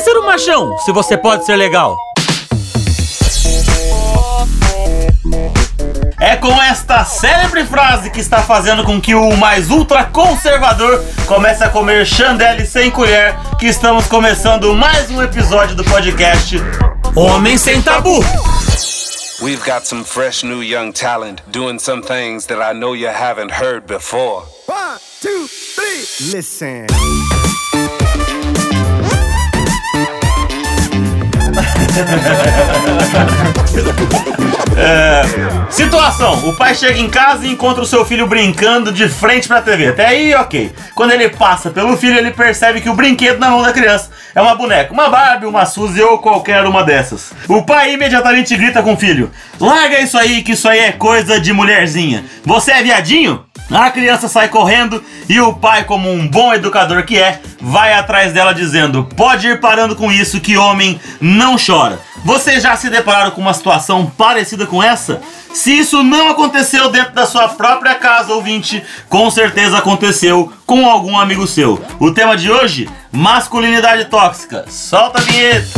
ser um machão se você pode ser legal? É com esta célebre frase que está fazendo com que o mais ultra conservador comece a comer chandelle sem colher que estamos começando mais um episódio do podcast Homem Sem Tabu. We've got some fresh new young talent doing some things that I know you haven't heard before. One, two, three. Listen. Situação: o pai chega em casa e encontra o seu filho brincando de frente pra TV. Até aí, ok. Quando ele passa pelo filho, ele percebe que o brinquedo na mão da criança é uma boneca, uma Barbie, uma Suzy ou qualquer uma dessas. O pai imediatamente grita com o filho: Larga isso aí, que isso aí é coisa de mulherzinha. Você é viadinho? A criança sai correndo e o pai, como um bom educador que é, vai atrás dela dizendo: Pode ir parando com isso, que homem não chora. Vocês já se depararam com uma situação parecida com essa? Se isso não aconteceu dentro da sua própria casa, ouvinte, com certeza aconteceu com algum amigo seu. O tema de hoje: masculinidade tóxica. Solta a vinheta!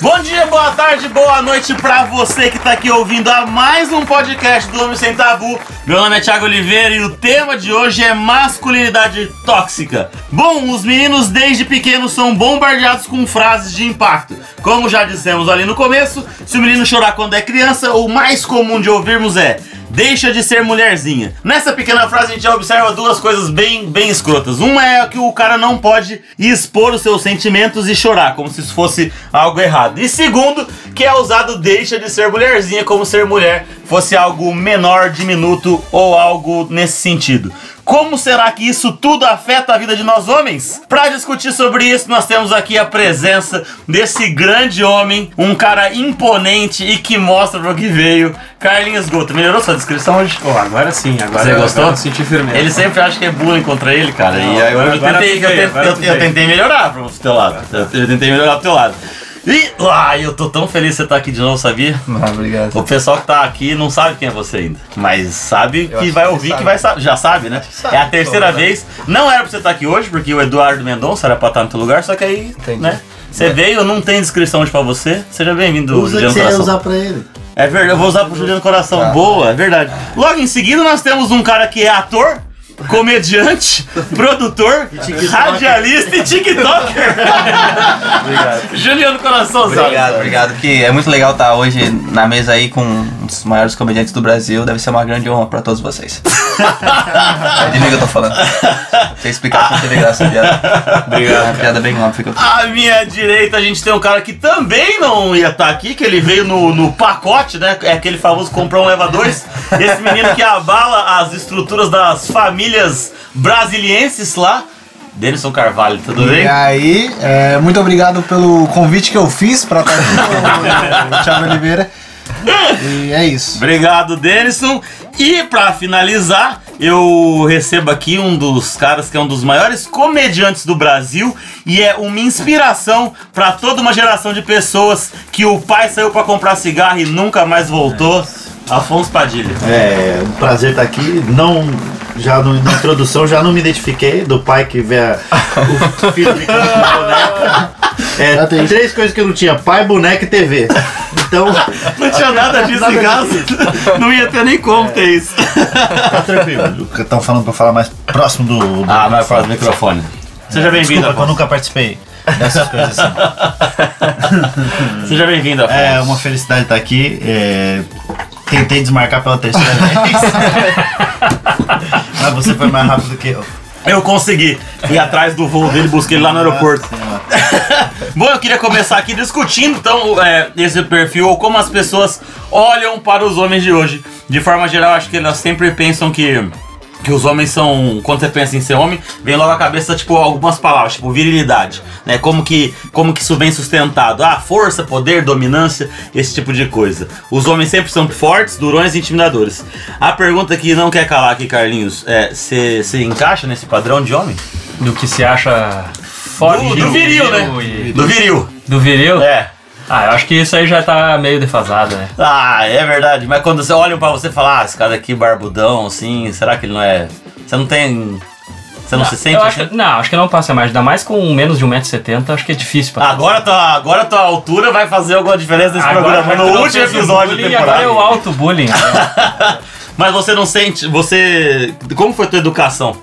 Bom dia, boa tarde, boa noite pra você que tá aqui ouvindo a mais um podcast do Homem Sem Tabu. Meu nome é Thiago Oliveira e o tema de hoje é masculinidade tóxica. Bom, os meninos desde pequenos são bombardeados com frases de impacto. Como já dissemos ali no começo, se o menino chorar quando é criança, o mais comum de ouvirmos é Deixa de ser mulherzinha. Nessa pequena frase a gente já observa duas coisas bem, bem escrotas. Uma é que o cara não pode expor os seus sentimentos e chorar, como se isso fosse algo errado. E segundo, que é usado deixa de ser mulherzinha, como ser mulher fosse algo menor, diminuto ou algo nesse sentido. Como será que isso tudo afeta a vida de nós homens? Para discutir sobre isso, nós temos aqui a presença desse grande homem, um cara imponente e que mostra pro que veio, Carlinhos Guto. Melhorou sua descrição hoje? Pô, agora sim, agora Você gostou? Agora eu senti firmeza. Ele sempre acha que é bullying contra ele, cara. Não, e aí agora- eu, agora tentei, tudo eu, bem, tentei- agora eu- tudo eu bem. tentei melhorar pro teu lado. Eu, eu tentei melhorar pro teu lado. E, ai, eu tô tão feliz que você tá aqui de novo, sabia? Ah, obrigado. O pessoal que tá aqui não sabe quem é você ainda, mas sabe que acho vai que ouvir, sabe. que vai saber. Já sabe, né? sabe, é a terceira então, né? vez. Não era pra você estar aqui hoje, porque o Eduardo Mendonça era pra estar no teu lugar, só que aí, Entendi. né? Você veio, não tem descrição hoje pra você. Seja bem-vindo, Juliano Coração. pra ele. É verdade, eu vou usar pro Juliano Coração. Boa, é verdade. Logo em seguida, nós temos um cara que é ator, comediante, produtor, radialista e TikToker. Juliano Coração, sabe? Obrigado, obrigado. Que é muito legal estar hoje na mesa aí com um dos maiores comediantes do Brasil. Deve ser uma grande honra pra todos vocês. Adivinha o que eu tô falando. Sem explicação teve graça a piada. Obrigado. É uma piada bem óbvia que eu tô. À minha direita a gente tem um cara que também não ia estar aqui, que ele veio no, no pacote, né? É aquele famoso comprar um leva dois. Esse menino que abala as estruturas das famílias brasilienses lá. Denison Carvalho, tudo bem? E aí, é, muito obrigado pelo convite que eu fiz pra estar aqui com o Thiago Oliveira. E é isso. Obrigado, Denison. E pra finalizar, eu recebo aqui um dos caras que é um dos maiores comediantes do Brasil e é uma inspiração pra toda uma geração de pessoas que o pai saiu pra comprar cigarro e nunca mais voltou. Afonso Padilha. É um prazer estar aqui. Não, já no- na introdução já não me identifiquei do pai que vê a- o filho brincando com boneca. É, Já tem. três coisas que eu não tinha: pai, boneca e TV. Então, Não tinha nada disso em casa. Não ia ter nem como ter isso. tá tranquilo. Estão falando pra falar mais próximo do. do Ah, vai para o microfone. Seja bem-vindo, Desculpa, que eu Afonso. nunca participei dessas coisas assim. Seja bem-vindo, Afonso. É uma felicidade estar aqui. é, tentei desmarcar pela terceira vez. Mas você foi mais rápido que eu. Eu consegui. Fui atrás do voo dele, busquei ele lá no aeroporto. Tá Bom, eu queria começar aqui discutindo então é, esse perfil ou como as pessoas olham para os homens de hoje. De forma geral, acho que elas sempre pensam que que os homens são, quando você pensa em ser homem, vem logo à cabeça tipo algumas palavras, tipo virilidade, né? Como que como que isso vem sustentado? Ah, força, poder, dominância, esse tipo de coisa. Os homens sempre são fortes, durões e intimidadores. A pergunta que não quer calar aqui, Carlinhos, é, você se encaixa nesse padrão de homem? do que se acha foda. Do- do viril, né? e- Do viril. Do viril? É. Ah, eu acho que isso aí já tá meio defasado, né? Ah, é verdade. Mas quando você olha pra você e fala, ah, esse cara aqui barbudão, assim, será que ele não é. Você não tem. Você não, se sente Ah, eu acho, assim? Não, acho que não passa mais. Ainda mais com menos de 1,70m, acho que é difícil pra Agora tua, agora tua altura vai fazer alguma diferença nesse programa, já no que não último fez o episódio da bullying, Agora temporada. é o alto bullying. Mas você não sente. Você. Como foi tua educação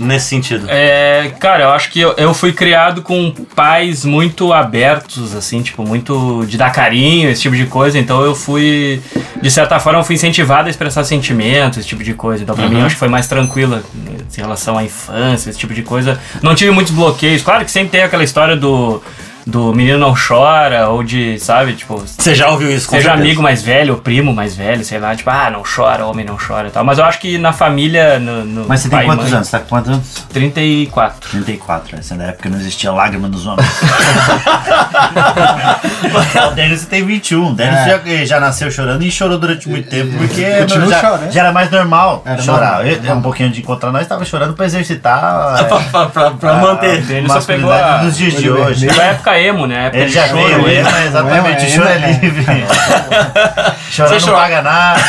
nesse sentido? É, cara, eu acho que eu, eu fui criado com pais muito abertos, assim, tipo, muito de dar carinho, esse tipo de coisa. Então eu fui, de certa forma, eu fui incentivado a expressar sentimentos, esse tipo de coisa. Então pra Uhum. mim eu acho que foi mais tranquila né, em relação à infância, esse tipo de coisa. Não tive muitos bloqueios. Claro que sempre tem aquela história do, do menino não chora, ou de, sabe, tipo, Você já ouviu isso com Seja certeza. amigo mais velho, ou primo mais velho, sei lá, tipo, ah, não chora, homem não chora e tal. Mas eu acho que na família, no, no Mas você tem pai e quantos mãe, anos? Você tá com quantos anos? 34. 34. Essa é da época que não existia lágrima nos homens. o Denis tem 21. O Denis É. já, já nasceu chorando e chorou durante muito tempo, porque Continua já, chorando. já era mais normal Era chorar. normal. Eu- eu, um pouquinho de encontrar nós, tava chorando pra exercitar. é, Pra, pra- pra a manter. Denis só pegou masculinidade a- nos dias de olho hoje. Na época emo, né? Na época Ele de já choro, veio, né? ele, né? exatamente, é, o choro é, é é. livre. Chorar Você não chora. paga nada.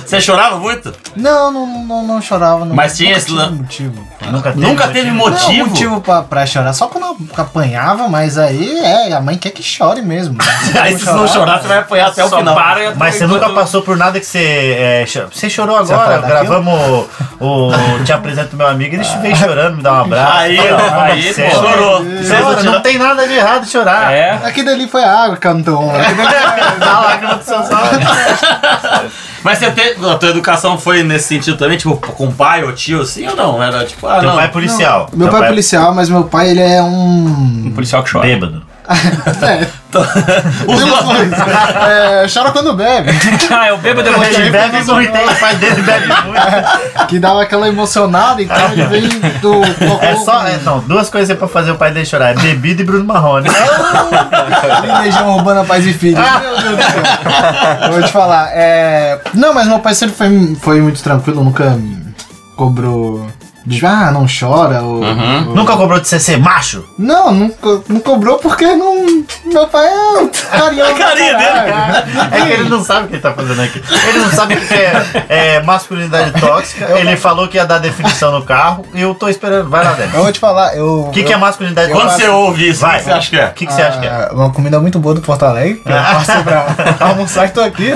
Você chorava muito? Não, não, não, não chorava. Não, Mas tinha nunca esse lan- motivo. Nunca teve. Nunca teve motivo? Não, motivo pra, pra chorar. Só quando eu apanhava, mas aí é, a mãe quer que chore mesmo. Aí se você não chorar, você vai apanhar até o Só final. para Mas você nunca passou por nada que você. é, cho- você chorou vai agora, falar daquilo? gravamos o, o Te Apresento Meu Amigo, ele veio chorando, me dá um abraço. Aí, ó, Fala, aí, você pô. chora. Chorou. Vocês não Chora, não tiraram- tem nada de errado em chorar. É. Aqui dali foi a água que cantou. Aqui dali Dá a lágrima dos seus olhos. Mas você teve, a tua educação foi nesse sentido também, tipo, com o pai ou tio, assim ou não? Era tipo, ah, Teu não. pai é policial. Meu Teu pai é policial, mas meu pai ele é um. Um policial que chora. Bêbado. É, Os pelos dois. dois. É, chora quando bebe. ah, eu bebo depois de é Ele bebe muito, hein? o pai dele bebe muito. Que dava aquela emocionada, então ele vem do. É só. é, não, duas coisas pra fazer o pai dele chorar: é bebida e Bruno Marrone. Legião Urbana Paz e Filho. Ah, Meu Deus do céu. Eu Vou te falar. é, Não, mas meu pai sempre foi, foi muito tranquilo, nunca me cobrou. de, Ah, não chora. Ou, ou- Nunca cobrou de você ser macho? Não, não, co- não cobrou porque não. Meu pai é um carinhoso. pra Carinha dele, caralho. É que ele não sabe o que ele tá fazendo aqui. Ele não sabe o que é, é masculinidade tóxica. Ele falou que ia dar definição no carro e eu tô esperando. Vai lá, Eu dentro. vou te falar, eu. O que, que é masculinidade Quando você tóxica? ouve isso, Vai. o que você acha que é? O que, que você acha que é? Ah, Uma comida muito boa do Porto Alegre, que eu passo pra almoçar e tô É. aqui.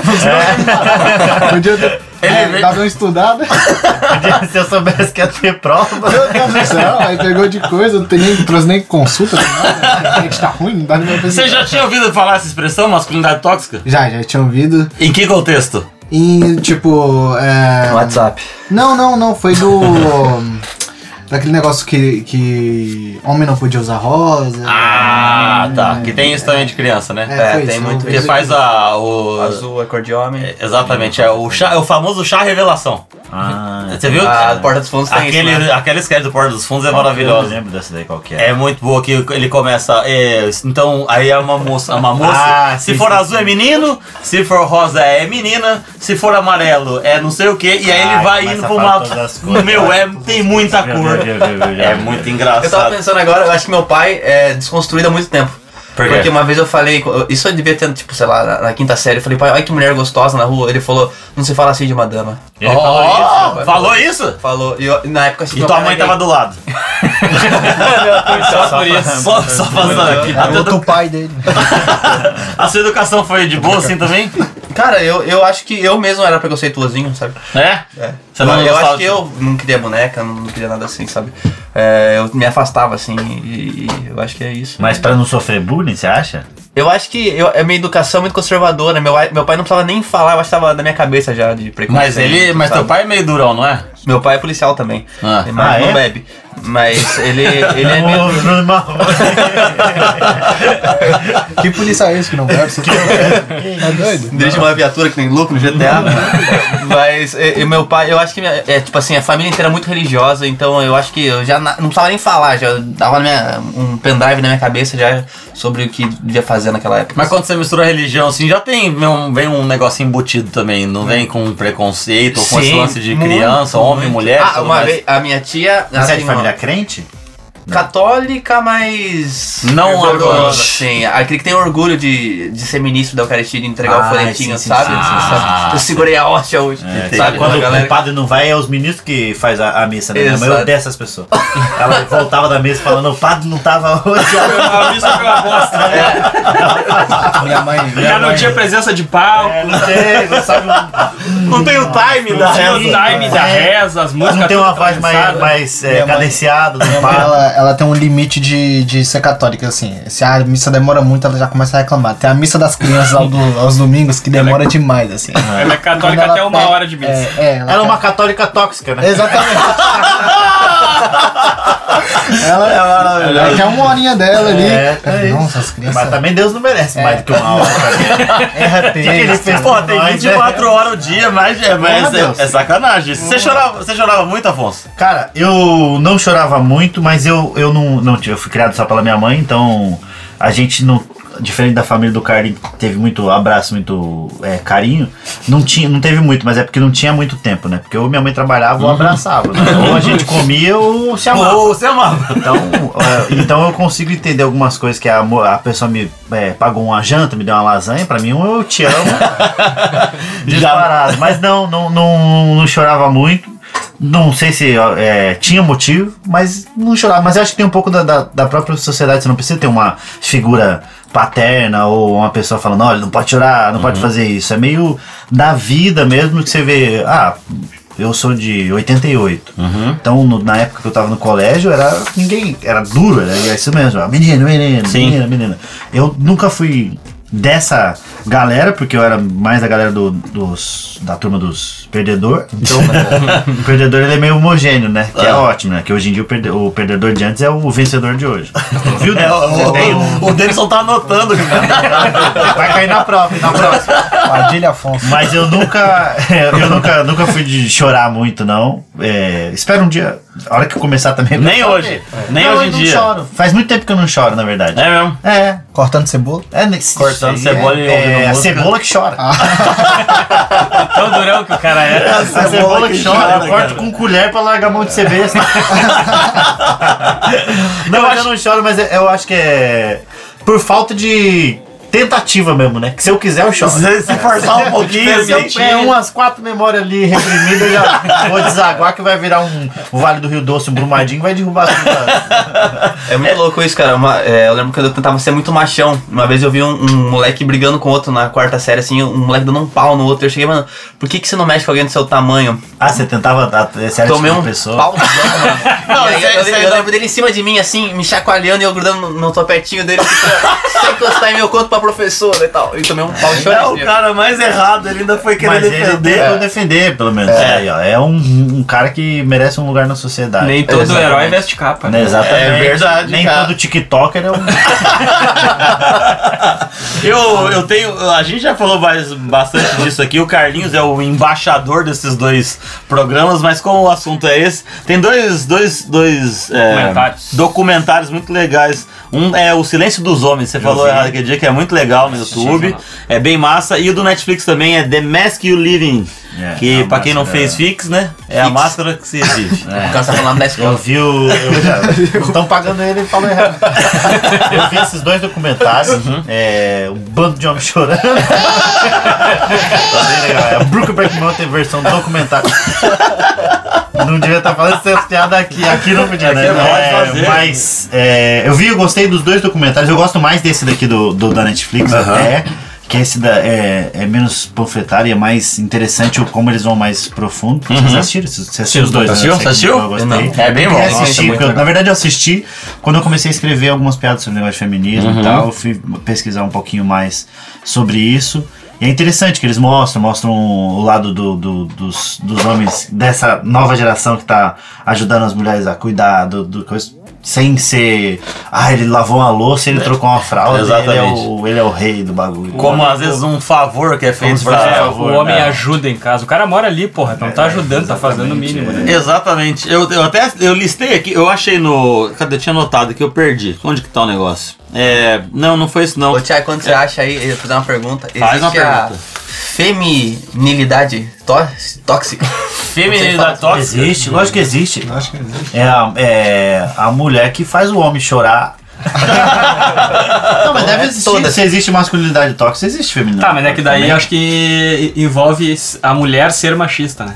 Podia ter é, veio- dado uma estudada. Se eu soubesse que ia ter prova. Meu Deus do céu, aí pegou de coisa, não tem nem, não trouxe nem consulta, nem nada. A gente tá ruim, não dá nem pra Você pesquisar. já tinha ouvido falar essa expressão, masculinidade tóxica? Já, já tinha ouvido. Em que contexto? E, tipo, é... No WhatsApp. Não, não, não, foi do... Daquele negócio que, que homem não podia usar rosa. Ah, é. tá. Que tem isso também de criança, né? é, foi tem eu- muito Porque faz a. O, Azul é cor de homem. exatamente, é o, chá, é o famoso chá revelação. Ah, Você viu? A Porta dos Fundos tem Aquele, isso, né? Aquela sketch do Porta dos Fundos é eu não maravilhosa. lembro dessa daí qual que é. É muito boa que ele começa. é, então, aí é uma moça. é Uma moça. Ah, se sim, for sim, azul é menino, se for rosa é menina, se for amarelo é não sei o que. E aí ele Ai, vai começa indo a pra falar uma. todas as cores, Meu, vai, é, tem muita Viu, viu, cor. viu, viu, viu, É viu. muito Eu tava engraçado. pensando agora, eu acho que meu pai é desconstruído há muito tempo. Por quê? Porque uma vez eu falei, isso eu devia ter, tipo, sei lá, na, na quinta série, eu falei, pai, olha que mulher gostosa na rua. Ele falou, não se fala assim de uma dama. Ele Ó, falou isso. falou, rapaz. isso? Falou, e eu- na época assim. E meu tua pai mãe era tava do lado. só por isso. Só, só passando aqui. A tá É tua, outro edu- pai dele. a sua educação foi de boa assim também? gay. Cara, eu, eu acho que eu mesmo era preconceituosinho, sabe? É? É. Você não eu gostava acho que de- eu não queria boneca, não queria nada assim, sabe? É, eu me afastava assim, e, e eu acho que é isso. Mas pra não sofrer bullying, você acha? Eu acho que eu, a minha educação é muito conservadora. Meu, ai- meu pai não precisava nem falar, eu acho que tava na minha cabeça já de preconceito. Mas ele. Mas sabe? teu pai é meio durão, não é? Meu pai é policial também. Ah. mas Ah, não é? bebe. Mas ele, ele é Ô, meio. Bruno Marrone. Que polícia é esse que não bebe? Você tá é tá doido? Dirige uma viatura que nem louco no GTA. mas e, e meu pai, eu acho que minha- é tipo assim, a família inteira é muito religiosa, então eu acho que eu já na- não precisava nem falar, já dava na minha- um pendrive na minha cabeça já sobre o que devia fazer naquela época. Mas quando você mistura religião, assim, já tem um- vem um negócio embutido também, não vem com preconceito ou com esse Sim, lance de muito, criança, homem, mulher. Ah, tudo uma mais. vez, a minha tia. ela Você é de tem uma- família crente? católica, mas. Não fervorosa, ortodoxa. Sim, aquele que tem orgulho de, de ser ministro da Eucaristia e de entregar Ah, o folhetinho, sim, sim, sabe? sim, sim, Sabe? sim. Eu segurei a hóstia hoje. É, tem- sabe? quando A galera- o padre não vai, é os ministros que faz a, a missa, né? Minha mãe Exato. é dessas pessoas. Ela voltava da missa falando, o padre não tava hoje. A missa foi uma bosta. né? Minha mãe. minha Já não mãe- tinha presença de palco. É, não tem, não sabe. Não tem o time da é, Tinha o reza. time da reza, as músicas. Não tem uma tudo voz mais, atravessada. mais é, Minha mãe- cadenciada do Mas padre. Ela, ela tem um limite de, de ser católica, assim. Se a missa demora muito, ela já começa a reclamar. Tem a missa das crianças ao do- aos domingos que demora demais, assim. Ela é católica Quando ela até uma pega- hora de missa. É, é, ela, Ela é uma católica tóxica, né? Exatamente. ela, ela, ela quer uma horinha dela ali. É, é isso. Nossa, as Mas crianças também Deus não merece mais do que uma aula. É, erra É texto. né? Pô, tem 24 horas o dia, mas é, mas Meu Deus. é, é sacanagem. isso. Você chorava, você chorava muito, Afonso? Cara, eu não chorava muito, mas eu, eu não, não tive. Eu fui criado só pela minha mãe, então a gente não. Diferente da família do Carlinhos, que teve muito abraço, muito é, carinho, não, tinha, não teve muito, mas é porque não tinha muito tempo, né? Porque ou minha mãe trabalhava ou abraçava. né? Ou a gente comia ou se amava. Ou você amava? Então, é, então eu consigo entender algumas coisas que a, mo- a pessoa me é, pagou uma janta, me deu uma lasanha, pra mim um eu te amo. Disparado. Mas não, não, não, não chorava muito. Não sei se é, tinha motivo, mas não chorava. Mas eu acho que tem um pouco da, da, da própria sociedade. Você não precisa ter uma figura paterna ou uma pessoa falando, olha, não pode chorar, não pode fazer isso. É meio da vida mesmo que você vê. Ah, eu sou de 88. Então, no- na época que eu tava no colégio, era ninguém. Era duro, era isso mesmo. ah, Menino, menino, Sim. menina, menina. Eu nunca fui dessa galera, porque eu era mais da galera do, dos, da turma dos perdedor. Então, o perdedor ele é meio homogêneo, né? Que é Ah. ótimo, né? Que hoje em dia o, perde- o perdedor de antes é o vencedor de hoje. Viu? É, Denis? Você tem um- o, o, o Denison tá anotando, cara. Vai cair na prova, na próxima. Padilha Afonso. Mas eu nunca. Eu nunca, nunca fui de chorar muito, não. É, espero um dia. A hora que eu começar também. Nem hoje. Nem Não, hoje em eu não dia. choro. Faz muito tempo que eu não choro, na verdade. É mesmo? É. Cortando cebola. é nesse- Cortando isso aí cebola e é, ouvindo é a música. cebola que chora. Tão durão que o cara é. era. a cebola, cebola é que, que chora. né, chora, Eu corto cara. com colher pra largar a mão de cerveja. não, eu, não choro, mas é- eu acho que é por falta de tentativa mesmo, né? Que se eu quiser, eu choro. Se, se forçar um pouquinho, Se eu assim. tiver umas quatro memórias ali reprimidas, eu já vou desaguar que vai virar um o Vale do Rio Doce, um Brumadinho, vai derrubar tudo. É muito louco isso, cara. Uma- é, eu lembro quando eu tentava ser muito machão. Uma vez eu vi um, um moleque brigando com outro na quarta série, assim, um moleque dando um pau no outro. Eu cheguei, mano, por que, que você não mexe com alguém do seu tamanho? Ah, você tentava dar sério Tomei uma um pessoa. pau no mano. Não, eu, eu- eu é lembro dele em cima de mim, assim, me chacoalhando e eu grudando no, no topetinho dele, assim, sem encostar em meu conto pra professora e tal. E tomei um pau de É o chorar. cara mais errado, ele ainda foi querer Mas ele defender. defender, defender, pelo menos. É, Aí, ó, é um, um cara que merece um lugar na sociedade. Nem todo Exatamente. herói veste capa. Né, Exatamente. É verdade, Nem cara. todo TikToker é um. Eu, eu tenho. A gente já falou mais- bastante disso aqui. O Carlinhos é o embaixador desses dois programas, mas como o assunto é esse, tem dois, dois, dois é, Documentários. documentários muito legais. Um é O Silêncio dos Homens, você falou errado aquele dia, que é muito legal no YouTube. É bem massa. E o do Netflix também é The Mask You Living. É, que é a pra quem não máscara. fez fix, né? É a Fix. máscara que se né. vive. O cara tá falando da Eu escola. vi o. Estão pagando ele e falou errado. Eu vi esses dois documentários. É, um bando de homens chorando. tá bem legal. É o Brookback Mountain versão documentário. Não devia estar falando essas piadas aqui. Aqui não podia, né? Aqui não pode É, fazer. mas é, eu vi, eu gostei dos dois documentários. Eu gosto mais desse daqui do, do- da Netflix até. Que esse da, é, é menos panfletário e é mais interessante o como eles vão mais profundo. Vocês assistiram? esses- Vocês assistiram os dois? né? Assistiu? Eu sei que Assistiu? Eu gostei. É bem bom. Eu Nossa, assisti, muito porque eu- legal. na verdade eu assisti quando eu comecei a escrever algumas piadas sobre o negócio de feminismo Uhum. e tal, eu fui pesquisar um pouquinho mais sobre isso. E é interessante que eles mostram, mostram o lado do- do- dos, dos homens dessa nova geração que tá ajudando as mulheres a cuidar do, do coisa, sem ser. Ah, ele lavou uma louça, ele trocou uma fralda, ele é, o, ele é o rei do bagulho. Como às vezes um favor que é feito Como se fosse um pra, O favor, homem né? ajuda em casa. O cara mora ali, porra. Não tá ajudando, tá fazendo o mínimo, né? Exatamente. Eu, eu até eu listei aqui, eu achei no. Cadê? Eu tinha notado que eu perdi. Onde que tá o negócio? É. Não, não foi isso não. Ô, Thiago, quando você acha aí, eu vou fazer uma pergunta. Faz uma Existe a pergunta. feminilidade tó- tóxica? feminilidade tóxica? Existe, lógico que existe. Acho que existe. É a, é a mulher que faz o homem chorar. Não, mas deve existir. Todas. Se existe masculinidade tóxica, existe feminilidade. Tá, mas é que daí também. eu acho que envolve a mulher ser machista, né?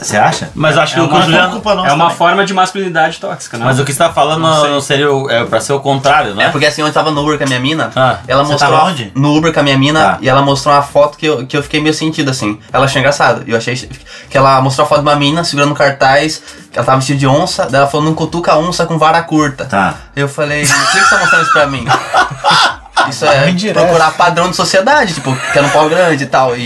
Você acha? Mas acho que É o que o uma Juliano. culpa nossa é uma também. forma de masculinidade tóxica, né? Mas o que você tá falando não, seria o, é, pra ser o contrário, né? É porque assim, onde tava no Uber com a minha mina, Ah, ela você mostrou. tava onde? No Uber com a minha mina, Tá. e ela mostrou uma foto que eu, que eu fiquei meio sentido, assim. Ela achou engraçado. Eu achei que ela mostrou a foto de uma mina segurando um cartaz, que ela tava vestida de onça, daí ela falou, não cutuca a onça com vara curta. Tá. Eu falei, por que você tá mostrando isso pra mim? Isso é Indireta. procurar padrão de sociedade, tipo, que era um pau grande e tal. E,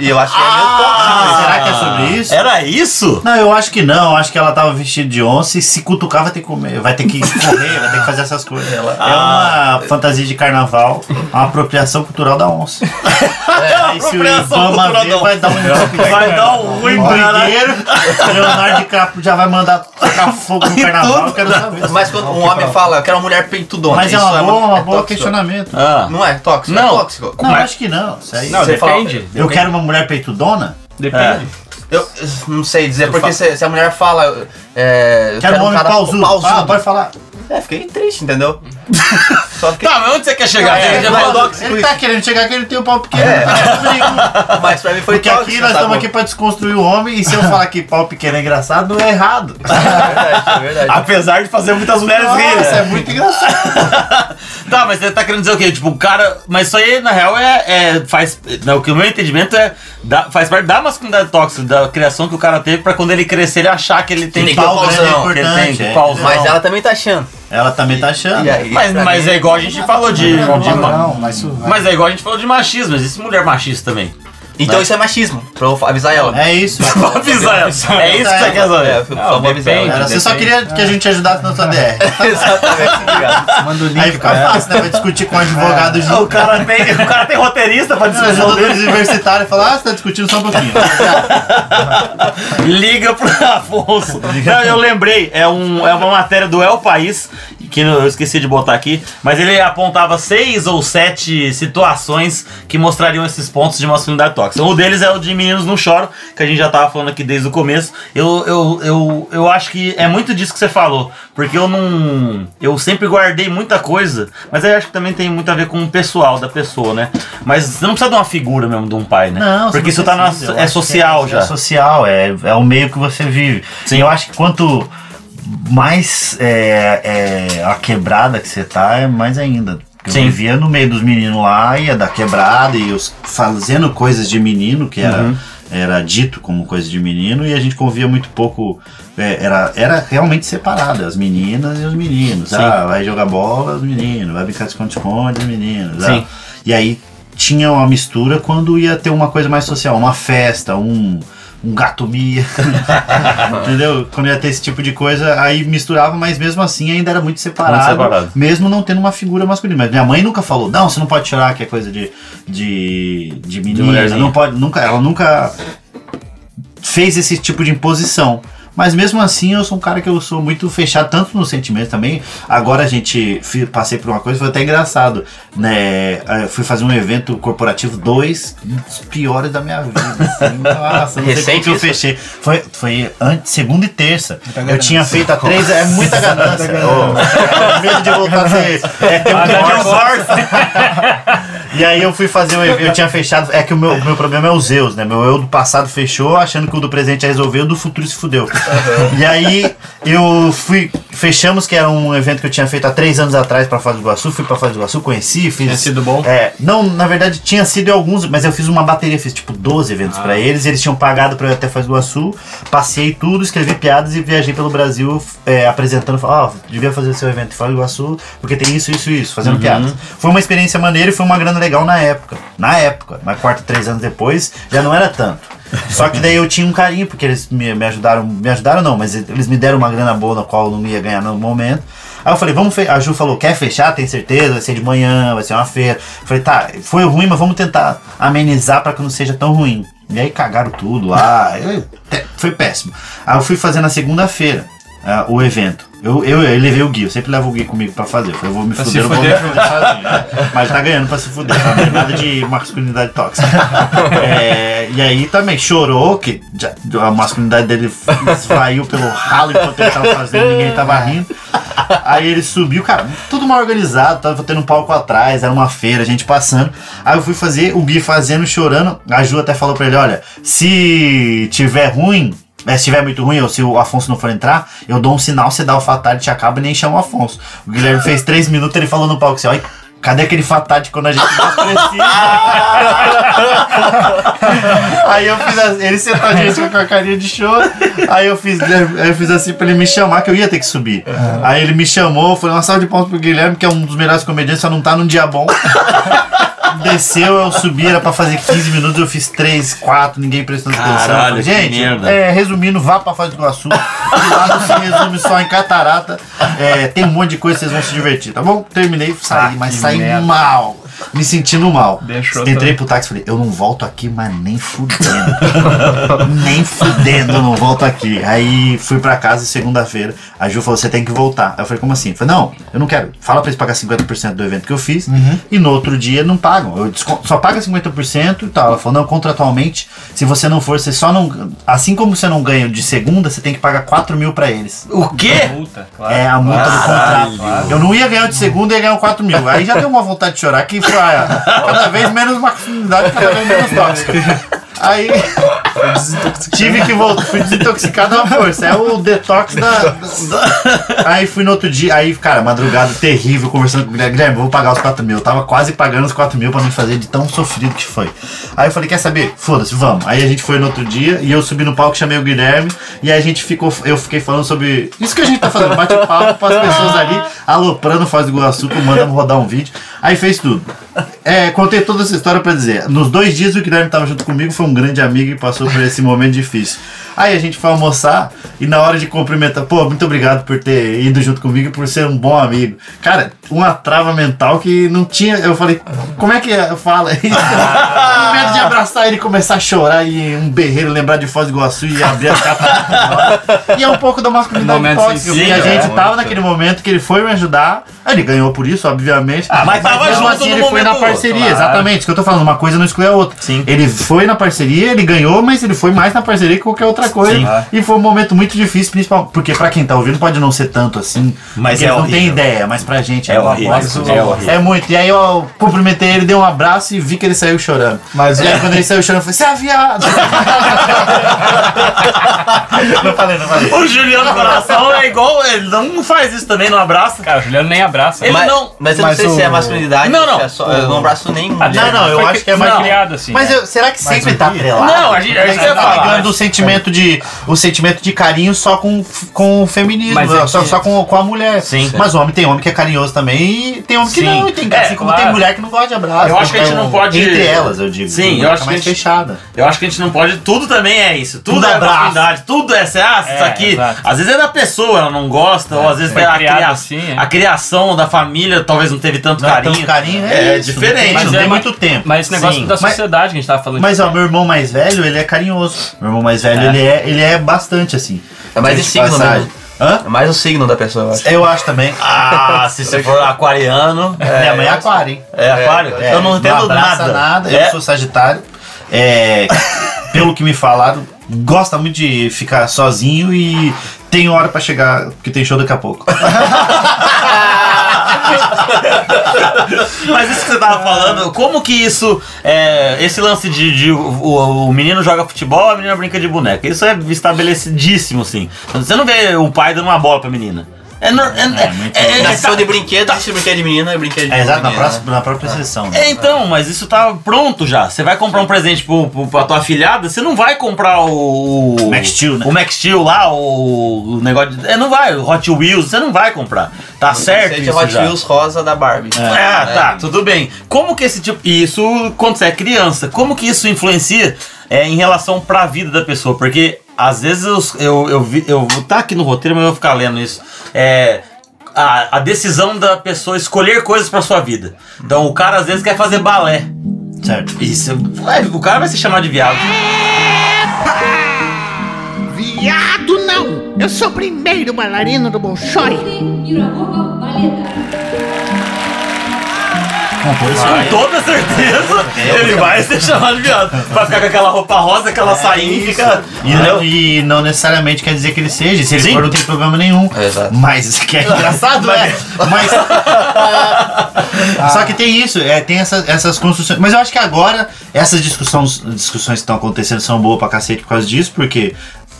e eu acho que é meio tóxico. Mas será que é sobre isso? Ah, Era isso? Não, eu acho que não. Eu acho que ela tava vestida de onça e se cutucar vai ter que comer, vai ter que correr, vai ter que fazer essas coisas. É uma fantasia de carnaval, uma apropriação cultural da onça. Aí se o apropriação Ibama cultural da ver, onça. vai dar um Vai dar um ruim pra ela. brigadeiro. Leonardo DiCaprio já vai mandar tocar fogo no carnaval. Eu quero saber. Mas quando um homem fala, eu quero uma mulher peitudona. Mas é isso uma boa, muito- uma é boa tóxico. questionamento. Ah. Não é tóxico, Não. é tóxico. Não, eu acho que não. Isso aí. Não, Você fala- depende. Eu quero uma mulher peitudona? Depende. Eu eh, não sei dizer, porque se, se a mulher fala. É, eu Quero um homem pausudo. pausudo. Ah, pode falar. É, fiquei triste, entendeu? Só fiquei. Tá, mas onde você quer chegar? É, Você já não, falou- Ele tá querendo chegar que ele tem o pau pequeno. É. tá Ele tá comigo. Mas pra mim foi Porque aqui nós estamos aqui pra desconstruir o homem e se eu falar que pau pequeno é engraçado, não é errado. É Ah, verdade. Apesar de fazer muitas mulheres rirem. Nossa, é muito engraçado. Tá, mas você tá querendo dizer o quê? Tipo, o cara. Mas isso aí, na real, é. é- faz. né, o que o meu entendimento é. da- faz parte da masculinidade tóxica, da criação que o cara teve pra quando ele crescer ele achar que ele tem. Tem que pau- né, ter Pau grande é pauzão, que ele importante. tem é. pauzão. Mas ela também tá achando. Ela também tá achando. E aí, Mas, pra mas mim- é igual a gente falou de. Não, de- não, mas isso vai. mas é igual a gente falou de machismo, existe mulher machista também. Então isso é machismo, pra eu avisar ela. É isso. Pra avisar ela. É isso que você quer É, saber. eu só vou avisar depende. ela. Cara, você só queria que a gente ajudasse na sua DR. Exatamente, obrigado. Manda o Aí link, fica é. cara. fácil, né? Vai discutir com um advogado junto. O cara tem, o cara tem roteirista pra Os discussão jogadores universitários falam, ah, você tá discutindo só um pouquinho. Liga pro Afonso. Não, eu lembrei, é, um, é uma matéria do El País, que eu esqueci de botar aqui, mas ele apontava seis ou sete situações que mostrariam esses pontos de masculinidade tóxica. Um deles é o de meninos não choram, que a gente já tava falando aqui desde o começo. Eu, eu, eu, eu acho que é muito disso que você falou, porque eu não. Eu sempre guardei muita coisa, mas eu acho que também tem muito a ver com o pessoal da pessoa, né? Mas você não precisa de uma figura mesmo de um pai, né? Não, você porque não isso tá na, precisa, eu é acho que social já. É social, é, é o meio que você vive. Sim. E Eu acho que quanto mais é, é, a quebrada que você tá, é mais ainda. Eu Sim. vivia no meio dos meninos lá, ia da quebrada, e os fazendo coisas de menino, que era, Uhum. era dito como coisa de menino, e a gente convia muito pouco. é, era, era realmente separado, as meninas e os meninos. Sim. Ah, vai jogar bola, os meninos, vai brincar de esconde-esconde, os meninos. ah. Sim. E aí tinha uma mistura quando ia ter uma coisa mais social, uma festa, um, um gatomia. Entendeu? Quando ia ter esse tipo de coisa, aí misturava, mas mesmo assim ainda era muito separado. Muito separado. Mesmo não tendo uma figura masculina. Mas minha mãe nunca falou, não, você não pode chorar, que é coisa de, de, de menina. mulherzinha. não pode, nunca, ela nunca fez esse tipo de imposição. Mas mesmo assim, eu sou um cara que eu sou muito fechado, tanto nos sentimentos também. Agora a gente fi- passei por uma coisa, foi até engraçado. Né? Eu fui fazer um evento corporativo, dois dos piores da minha vida. Assim. Nossa, não sei como Recente que eu isso? fechei. Foi, foi antes, segunda e terça. Eu ganância. tinha feito a três, é muita ganância. Ô, medo de voltar a ser. É, ter um divórcio. E aí eu fui fazer um evento, eu tinha fechado. É que o meu, o meu problema é os Zeus, né? Meu eu do passado fechou, achando que o do presente ia resolver, o do futuro se fudeu. E aí eu fui. Fechamos, que era um evento que eu tinha feito há três anos atrás pra Faz do Iguaçu, fui pra Faz do Iguaçu, conheci, fiz. Tinha sido bom? É, não, na verdade tinha sido em alguns, mas eu fiz uma bateria, fiz tipo 12 eventos pra eles, eles tinham pagado pra eu ir até Faz do Iguaçu, passei tudo, escrevi piadas e viajei pelo Brasil é, apresentando, falando, ó, devia fazer o seu evento em Faz do Iguaçu, porque tem isso, isso, isso, fazendo piadas. Foi uma experiência maneira e foi uma grana legal na época. Na época, mas quarto, três anos depois, já não era tanto. Só que daí eu tinha um carinho, porque eles me, me ajudaram, me ajudaram não, mas eles me deram uma grana boa na qual eu não ia ganhar no momento. Aí eu falei, vamos fe- A Ju falou, quer fechar? Tem certeza? Vai ser de manhã, vai ser uma feira. Eu falei, tá, foi ruim, mas vamos tentar amenizar pra que não seja tão ruim. E aí cagaram tudo lá. eu- te- foi péssimo. Aí eu fui fazer na segunda-feira ah, o evento. Eu, eu, eu levei o Gui, eu sempre levo o Gui comigo pra fazer. Eu falei, eu vou me Pra fuder, eu se vou fuder. me fuder sozinho. né? Mas tá ganhando pra se fuder, tá? Não é nada de masculinidade tóxica. É, e aí também chorou, que já- a masculinidade dele esvaiu pelo ralo enquanto ele tava fazendo, ninguém tava rindo. Aí ele subiu, cara, tudo mal organizado, tava tendo um palco atrás, era uma feira, gente passando. Aí eu fui fazer, o Gui fazendo, chorando. A Ju até falou pra ele: olha, se tiver ruim, é, se tiver muito ruim, ou se o Afonso não for entrar, eu dou um sinal, você dá o fatality, acaba e nem chama o Afonso. O Guilherme fez três minutos, ele falou no palco assim: olha, cadê aquele fatality quando a gente mais precisa? aí eu fiz assim, ele sentadinho assim, com a carinha de choro. Aí eu fiz, aí eu fiz assim pra ele me chamar, que eu ia ter que subir. Aí ele me chamou, foi uma salva de palmas pro Guilherme, que é um dos melhores comediantes, só não tá num dia bom. Desceu, eu subi, era pra fazer 15 minutos, eu fiz 3, 4, ninguém prestando atenção. Eu Caralho, falei, que Gente, merda. é, resumindo, vá pra Foz do Iguaçu. que Lá não se resume só em catarata. É, tem um monte de coisa, vocês vão se divertir, tá bom? Terminei, saí, mas saí mal. Me sentindo mal. Ah, Deixou Entrei também. pro táxi e falei, eu não volto aqui, mas nem fudendo. nem fudendo, eu não volto aqui. Aí fui pra casa segunda-feira. A Ju falou, você tem que voltar. Aí eu falei, como assim? Eu falei, não, eu não quero. Fala pra eles pagar 50% do evento que eu fiz. E no outro dia não pagam. Eu descon- só paga 50% e tal. Ela falou, não, contratualmente, se você não for, você só não. Assim como você não ganha de segunda, você tem que pagar 4 mil pra eles. O quê? Puta, claro. É a multa do contrato. Eu não ia ganhar o de segunda e ia ganhar o 4 mil. Aí já deu uma vontade de chorar que foi ah, cada vez menos maximidade, cada vez menos tóxica. Aí tive que voltar, fui desintoxicado à força. É o detox da. da- Aí fui no outro dia, aí, cara, madrugada terrível, conversando com o Guilherme. Guilherme, eu vou pagar os 4 mil. Eu tava quase pagando os 4 mil pra não fazer de tão sofrido que foi. Aí eu falei, quer saber? Foda-se, vamos. Aí a gente foi no outro dia e eu subi no palco, chamei o Guilherme e a gente ficou. Eu fiquei falando sobre. Isso que a gente tá fazendo, bate-papo com as pessoas ali, aloprando, faz do Iguaçu, mandando rodar um vídeo. Aí fez tudo. É, contei toda essa história pra dizer. Nos dois dias o Guilherme tava junto comigo, foi um grande amigo e passou por esse momento difícil. Aí a gente foi almoçar e na hora de cumprimentar, pô, muito obrigado por ter ido junto comigo e por ser um bom amigo. Cara, uma trava mental que não tinha. Eu falei, como é que eu falo isso? Com medo de abraçar ele e começar a chorar e um berreiro lembrar de Foz do Iguaçu e abrir a capa. e é um pouco da masculinidade Momento tóxica, porque a sensível, né? gente é, tava naquele momento que ele foi me ajudar. Ele ganhou por isso, obviamente. Ah, mas tava mesmo junto assim, no ele foi momento na ou outro, parceria, claro. exatamente. Isso que eu tô falando, uma coisa não exclui a outra. Sim. Ele foi na parceria, ele ganhou, mas ele foi mais na parceria que qualquer outra coisa. Sim. E foi um momento muito difícil, principalmente porque pra quem tá ouvindo pode não ser tanto assim. Mas porque é eles não horrível. tem ideia, mas pra gente É uma horrível, bosta. é horrível. É muito. E aí eu cumprimentei ele, dei um abraço e vi que ele saiu chorando. Mas E aí quando ele saiu chorando, eu falei, você é viado! não falei, não falei. O Juliano Coração é igual. Ele não faz isso também, não abraça. Cara, o Juliano nem abraça. Ele mas, não- mas eu mas não sei o- se é masculinidade. Não, se não. É só, eu não abraço nem mulher. Não, não, eu Foi acho que é mais- foi criado assim. Mas é. eu- será que sempre tá atrelado? Não, a gente, é a gente Você ia tá falar. ligando o sentimento de o sentimento de carinho só com, com o feminismo, Mas é só, que- só com, com a mulher. Sim. Mas o homem tem homem que é carinhoso também e tem homem que Sim. não, e tem É, assim como claro. tem mulher que não gosta de abraço. Eu acho que a gente Então, não pode- entre elas, eu digo. Sim, Tem eu mulher acho é que mais a gente- fechada. Eu acho que a gente não pode. Tudo também é isso. Tudo, Tudo é abraço. oportunidade. Tudo é. Você, ah, isso É, aqui. exato. Às vezes é da pessoa, ela não gosta, ou às vezes foi é a, criado cria- assim, é. a criação da família talvez não teve tanto Não é carinho. tanto carinho, É, é, é isso, diferente, Não tem, mas não é tem mais- muito tempo. Mas esse negócio Sim. da Mas- sociedade que a gente tava falando. Mas ó, meu irmão mais velho, ele é carinhoso. Meu irmão mais velho, ele, é, ele é bastante assim. É mais de De signo passagem. mesmo. Hã? É mais o signo da pessoa, eu acho. Eu acho também. Ah, se você for aquariano. É, Minha mãe é aquário, hein? aquário? É, eu não entendo abraça nada. Eu É. sou Sagitário. É, pelo que me falaram, gosta muito de ficar sozinho e tem hora pra chegar, porque tem show daqui a pouco. Mas isso que você tava falando, como que isso. é, esse lance de, de o, o- o menino joga futebol, a menina brinca de boneca. Isso é estabelecidíssimo, sim. Você não vê o pai dando uma bola pra menina. É, no- é- é- é- Na é- sessão de brinquedo, existe brinquedo de menina e brinquedo de É, exato, na, menina. próxima, na própria sessão. né? é, então, mas isso tá pronto já. Você vai comprar um presente pro, pro, pra tua filhada, você não vai comprar o. o- Max Steel, né? O Max Steel lá, o, o negócio de. É, não vai, o Hot Wheels, você não vai comprar. Tá certo Seja isso Hot já. Wheels rosa da Barbie. Ah, É. tá, tudo bem. Como que esse tipo. e Isso quando você é criança, como que isso influencia é, em relação pra vida da pessoa? Porque às vezes eu, eu, eu, vi- eu vou tá aqui no roteiro, mas eu vou ficar lendo isso. É. A, a decisão da pessoa escolher coisas pra sua vida. Então o cara às vezes quer fazer balé. Certo. Isso. é, o cara vai se chamar de viado. Viado não! Eu sou o primeiro bailarino do Bolshoi. Com toda certeza, ele vai ser chamado de viado. Vai ficar com aquela roupa rosa, aquela É, sainha e fica. É E não, e não necessariamente quer dizer que ele seja. Se ele for, não tem problema nenhum. Exato. Mas que é engraçado, é. Mas. Só que tem isso, é, tem essa- essas construções. Mas eu acho que agora essas discussões, discussões que estão acontecendo são boas pra cacete por causa disso, porque.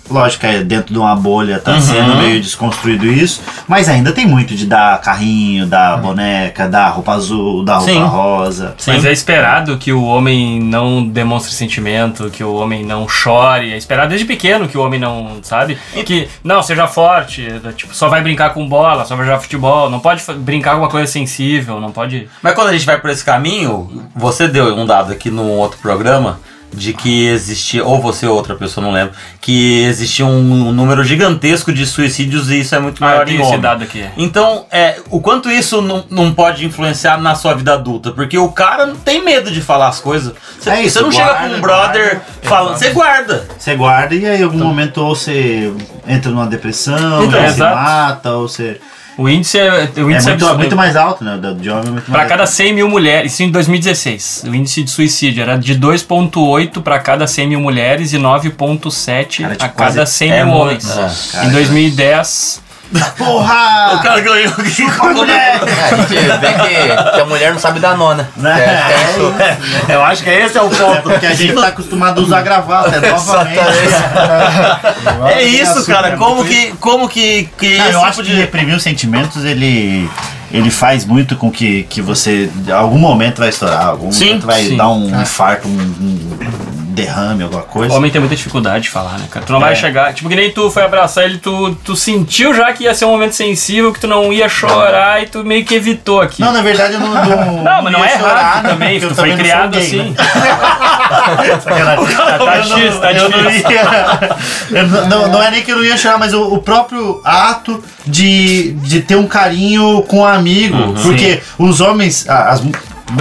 Lógico, é dentro de uma bolha, Uhum. tá sendo meio desconstruído isso, mas ainda tem muito de dar carrinho, dar boneca, dar roupa azul, dar roupa Uhum. Sim. rosa. Mas é esperado que o homem não demonstre sentimento, que o homem não chore. É esperado desde pequeno que o homem não, sabe? Que, não, seja forte, tipo, só vai brincar com bola, só vai jogar futebol, não pode fa- brincar com uma coisa sensível, não pode... Mas quando a gente vai por esse caminho, você deu um dado aqui num outro programa de que existia, ou você ou outra pessoa, não lembro, que existia um, número gigantesco de suicídios e isso é muito Ah, eu maior em tenho esse homem. dado aqui. Então, é, o quanto isso não, não pode influenciar na sua vida adulta? Porque o cara não tem medo de falar as coisas. Você, É isso, você não chega guarda, com um brother falando, você guarda. Você guarda e aí em algum momento ou você entra numa depressão, Então, ou se exato. mata, ou você. O índice é, o É índice é muito, absurdo. muito mais alto, né? Do- De homem é muito Para mais cada alto. 100 mil mulheres, isso em 2016, o índice de suicídio era de 2,8 para cada 100 mil mulheres e 9,7 Cara, a tipo, cada quase- 100 é mil muito, homens. né? em 2010, Porra! O cara ganhou. mulher! É, a gente vê que, que a mulher não sabe dar nona. Né? É, é isso. Eu acho que esse é o É ponto. porque a gente tá acostumado a usar gravata, é novamente. É isso, assim cara. Como que, como que, que Cara, esse eu acho tipo que reprimir os sentimentos, ele. Ele faz muito com que, que você. em Algum momento vai estourar, algum Sim, momento vai sim. dar um infarto, um, um derrame, alguma coisa. o homem tem muita dificuldade de falar, né, cara? Tu não É. vai chegar. Tipo, que nem tu foi abraçar ele, tu, tu sentiu já que ia ser um momento sensível, que tu não ia chorar e tu meio que evitou aqui. Não, na verdade eu não. Não, Não, mas não ia é chorar, errado né, também, porque eu tu foi também não sou criado gay, né? assim. Sacanagem. Tá- tá difícil, tá eu não difícil. ia- eu não- não, não é nem que eu não ia chorar, mas o, o próprio ato de, de ter um carinho com um amigo. porque os homens. a- as mu-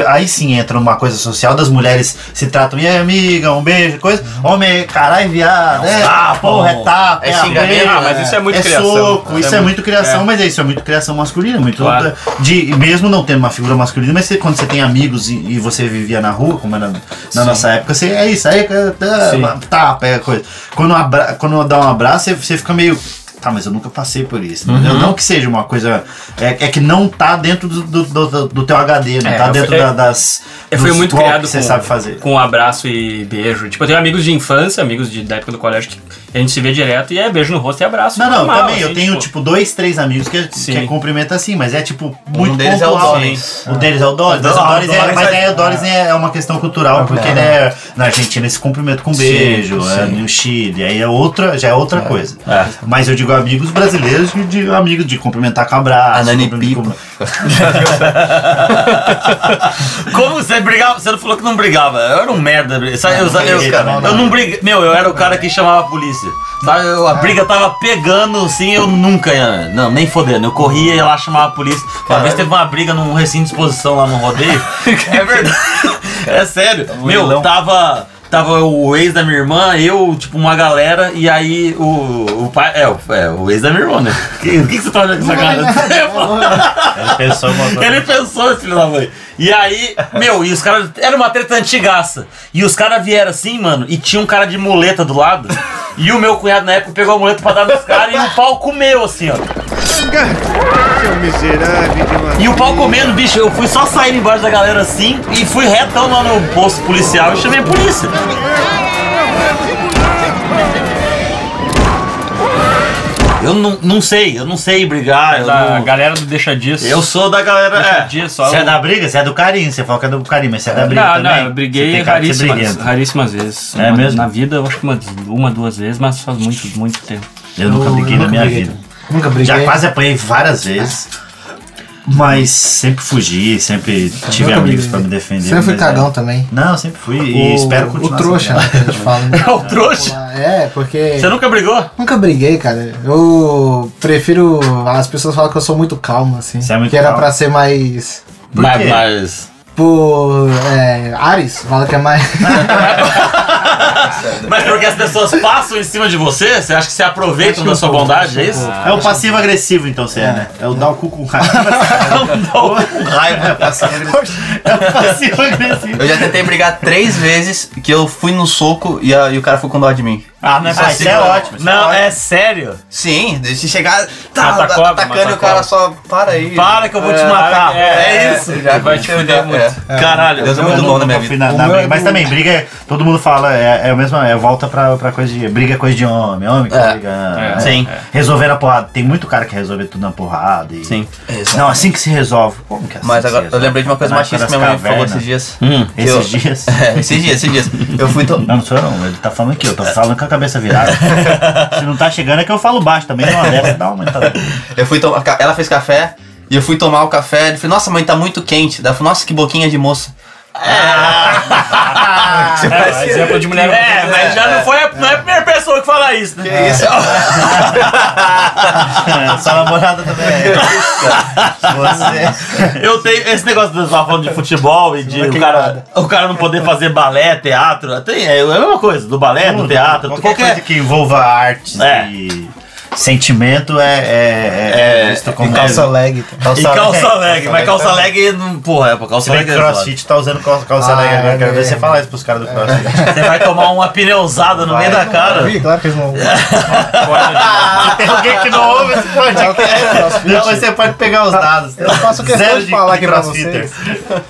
Aí sim entra uma coisa social das mulheres se tratam, e aí, amiga, um beijo, coisa. Homem, é caralho, viado, é, tapa, porra, é tapa, é é, xingamento, abraço, Ah, mas isso é muito é criação. Soco, Isso isso, é é, muito criação, mas é isso, é muito criação masculina, muito Claro. da- de mesmo não tendo uma figura masculina, mas você- quando você tem amigos e, e você vivia na rua, como era na nossa época, você é isso, aí é, tá, tapa, é coisa. Quando, abra, quando dá um abraço, você, você fica meio. Tá, mas eu nunca passei por isso. entendeu? Uhum. Não que seja uma coisa. É, é que não tá dentro do, do, do- do teu HD, não É, tá eu- dentro é- da- das. Eu fui dos muito golpes criado que você com, sabe fazer. com um abraço e beijo. Tipo, eu tenho amigos de infância, amigos de, da época do colégio que a gente se vê direto e é beijo no rosto e abraço. Não, não, normal, também. eu assim, tenho, tipo, dois, três amigos que, é, que Sim. cumprimenta assim, mas é, tipo, muito deles é o pontual. Doris. O deles é o Doris. Ah, Mas, o Doris é, mas aí o Doris é, é uma questão cultural, porque ele é, na Argentina esse cumprimento com beijo, é, no Chile, aí é outra, já é outra coisa. Mas eu digo amigos brasileiros e de amigos de cumprimentar com abraço. A Nani cumprimento com- Pipa. Como você brigava? Você não falou que não brigava. Eu era um merda. Sabe, eu, eu, briguei, eu não, não. não briguei. Meu, eu era o cara que chamava a polícia. Sabe, eu- a É. briga tava pegando, assim, eu nunca ia. Não, nem fodendo. Eu corria e lá chamava a polícia. Uma vez teve uma briga num recinto de exposição lá no rodeio. é verdade. É sério. um Meu, tava. Tava o ex da minha irmã, eu, tipo, uma galera, e aí o, o pai. É o, é, o ex da minha irmã, né? Que- O que, que você tá olhando é. com essa cara? Pessoal, uma- Ele pensou esse filho da mãe. E aí, meu, e os caras. Era uma treta antigaça. E os caras vieram assim, mano, e tinha um cara de muleta do lado. E o meu cunhado na época pegou a muleta pra dar nos caras e o pau comeu, assim, ó. Seu miserável de uma... E o pau comendo, bicho, eu fui só saindo embaixo da galera assim e fui retão lá no posto policial e chamei a polícia. Eu não, não sei, eu não sei brigar, tipo, eu Da não- galera do Deixa Disso. Eu sou da galera. Deixa É, Disso. ó, Você é da briga? Você é do carinho, você fala que é do carinho, mas você é da briga não, também? não, eu briguei Você tem cara de ser raríssimas, briguento. raríssimas vezes. É Uma- mesmo? Na vida, eu acho que uma, uma, duas vezes, mas faz muito, muito tempo. Eu nunca briguei na nunca minha briguei. vida. Nunca Já briguei. quase apanhei várias vezes. Mas sempre fugi, sempre tive Nunca amigos briguei. pra me defender. Sempre fui mas é. cagão também. Não, sempre fui e espero continuar. O trouxa, sendo né, que a cagão. gente fala. né? é o trouxa. É, porque... Você nunca brigou? Nunca briguei, cara. Eu prefiro... As pessoas falam que eu sou muito calmo, assim. Você é muito que era calmo. pra ser mais... quê? Mas, mas. Por... É, Ares, fala que é mais... Mas porque as pessoas passam em cima de você, você acha que se aproveitam da sua bondade, é isso? É o passivo agressivo, então, você é, né? É o dar o cu com raiva. Raiva, parceiro. É o passivo agressivo. Eu já tentei brigar três vezes que eu fui no soco e, a- e o cara foi com dó de mim. Ah, não é Ah, isso é ótimo. isso é Não, ótimo. é sério. Sim, deixa chegar, tá, tá Mata cobra, atacando mata e o cara cobra. só para aí. Para que eu vou te matar. É, isso. já vai te aconteceu, fuder é. Caralho. Deus é muito bom na minha Fui vida. na- O na meu briga. é Mas do- também, briga, é- todo mundo fala, é, é o mesmo, é volta pra, pra coisa de. Briga é coisa de homem, homem que É. briga. né? É, sim. Resolver na porrada. Tem muito cara que resolve tudo na porrada. E... Sim. Exato. Não, assim que se resolve. Como que é assim Mas que se agora eu resolve? lembrei de uma coisa Na machista que época minha mãe das falou esses cavernas. Hum, dias. Que eu- Esses dias. É, esses dias, esses dias. Eu fui to... Não, não sou eu não. Ele tá falando aqui, É. eu tô falando com a cabeça virada. Se não tá chegando é que eu falo baixo também, não dessa, dá uma aumentada. Eu fui tomar. ca- Ela fez café e eu fui tomar o café. Ele falou, nossa, mãe, tá muito quente. Daí eu falei, nossa, que boquinha de moça. É, exemplo de mulher. É, mas já não foi a, não é a primeira pessoa que fala isso, né? Que isso? É, Sua namorada também. Você. Eu tenho esse negócio de falar falando de futebol e de o cara, o cara não poder fazer balé, teatro. Tem, é a mesma coisa, do balé, do teatro, Qualquer, qualquer. coisa que envolva artes É. e sentimento é. É. é, visto como- E calça leg. E calça leg, mas calça leg, não- porra, é pra calça Se bem leg. que é o crossfit tá usando calça, calça Ah, leg agora. Quero é. ver você falar isso pros caras do crossfit. zoado. Você vai tomar uma pneuzada no meio da cara. Ih, Claro que eles não. Se É. tem alguém que não ouve esse podcast, não, mas você pode pegar os dados. Eu faço questão de falar aqui pra vocês.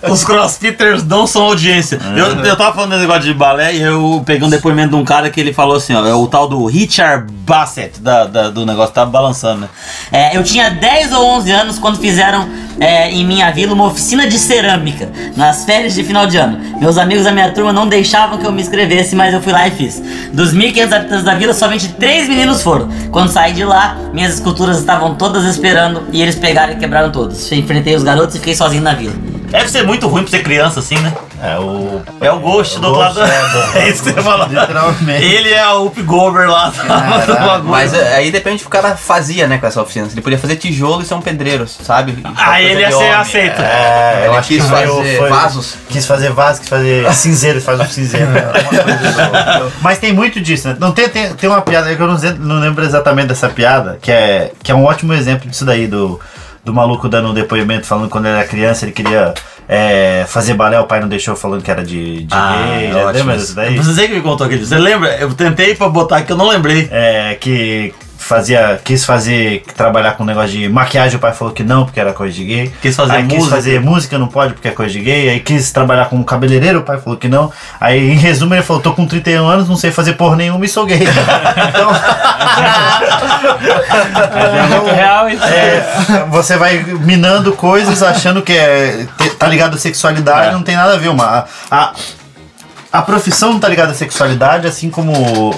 Os crossfitters não são audiência. Eu, eu tava falando desse negócio de balé e eu peguei um depoimento de um cara que ele falou assim, ó, é o tal do Richard Bassett da- da- do negócio, tava balançando, né? tá É, eu tinha 10 ou 11 anos quando fizeram é, em minha vila uma oficina de cerâmica nas férias de final de ano. Meus amigos da minha turma não deixavam que eu me inscrevesse, mas eu fui lá e fiz. Dos 1.500 habitantes da vila, somente 3 meninos foram. Quando saí de lá, minhas esculturas estavam todas esperando e eles pegaram e quebraram todas. Enfrentei os garotos e fiquei sozinho na vila. Deve ser muito ruim pra ser criança assim, né? É o. É o Ghost do outro lado. É isso que você fala. Literalmente. Ele é o Upgover lá do do bagulho. Mas é, aí depende do que o cara fazia, né, com essa oficina. Ele podia fazer tijolo e ser um pedreiro, sabe? E Ah, coisa ele de ia ser homem. aceito. É, eu ele acho que quis foi- fazer foi- vasos. É, Quis fazer vaso, quis fazer cinzeiro, faz um cinzeiro. né? Uma coisa do- Mas tem muito disso, né? Não tem, tem, tem uma piada aí que eu não, sei- não lembro exatamente dessa piada, que é, que é um ótimo exemplo disso daí, do, do maluco dando um depoimento falando que quando ele era criança, ele queria é, fazer balé, o pai não deixou falando que era de, de Ah, é gay, né? lembra disso daí? Você que me contou aquele. Você lembra? Eu tentei pra botar aqui, eu não lembrei. É, que fazia, quis fazer, trabalhar com um negócio de maquiagem, o pai falou que não, porque era coisa de gay. Quis fazer aí quis música. fazer música, não pode, porque é coisa de gay. Aí quis trabalhar como cabeleireiro, o pai falou que não. Aí, em resumo, ele falou, tô com 31 anos, não sei fazer porra nenhuma e sou gay. então, É muito real isso. é, você vai minando coisas achando que é, te- tá ligado à É. sexualidade, não tem nada a ver. Uma, a, a profissão não tá ligada à sexualidade, assim como.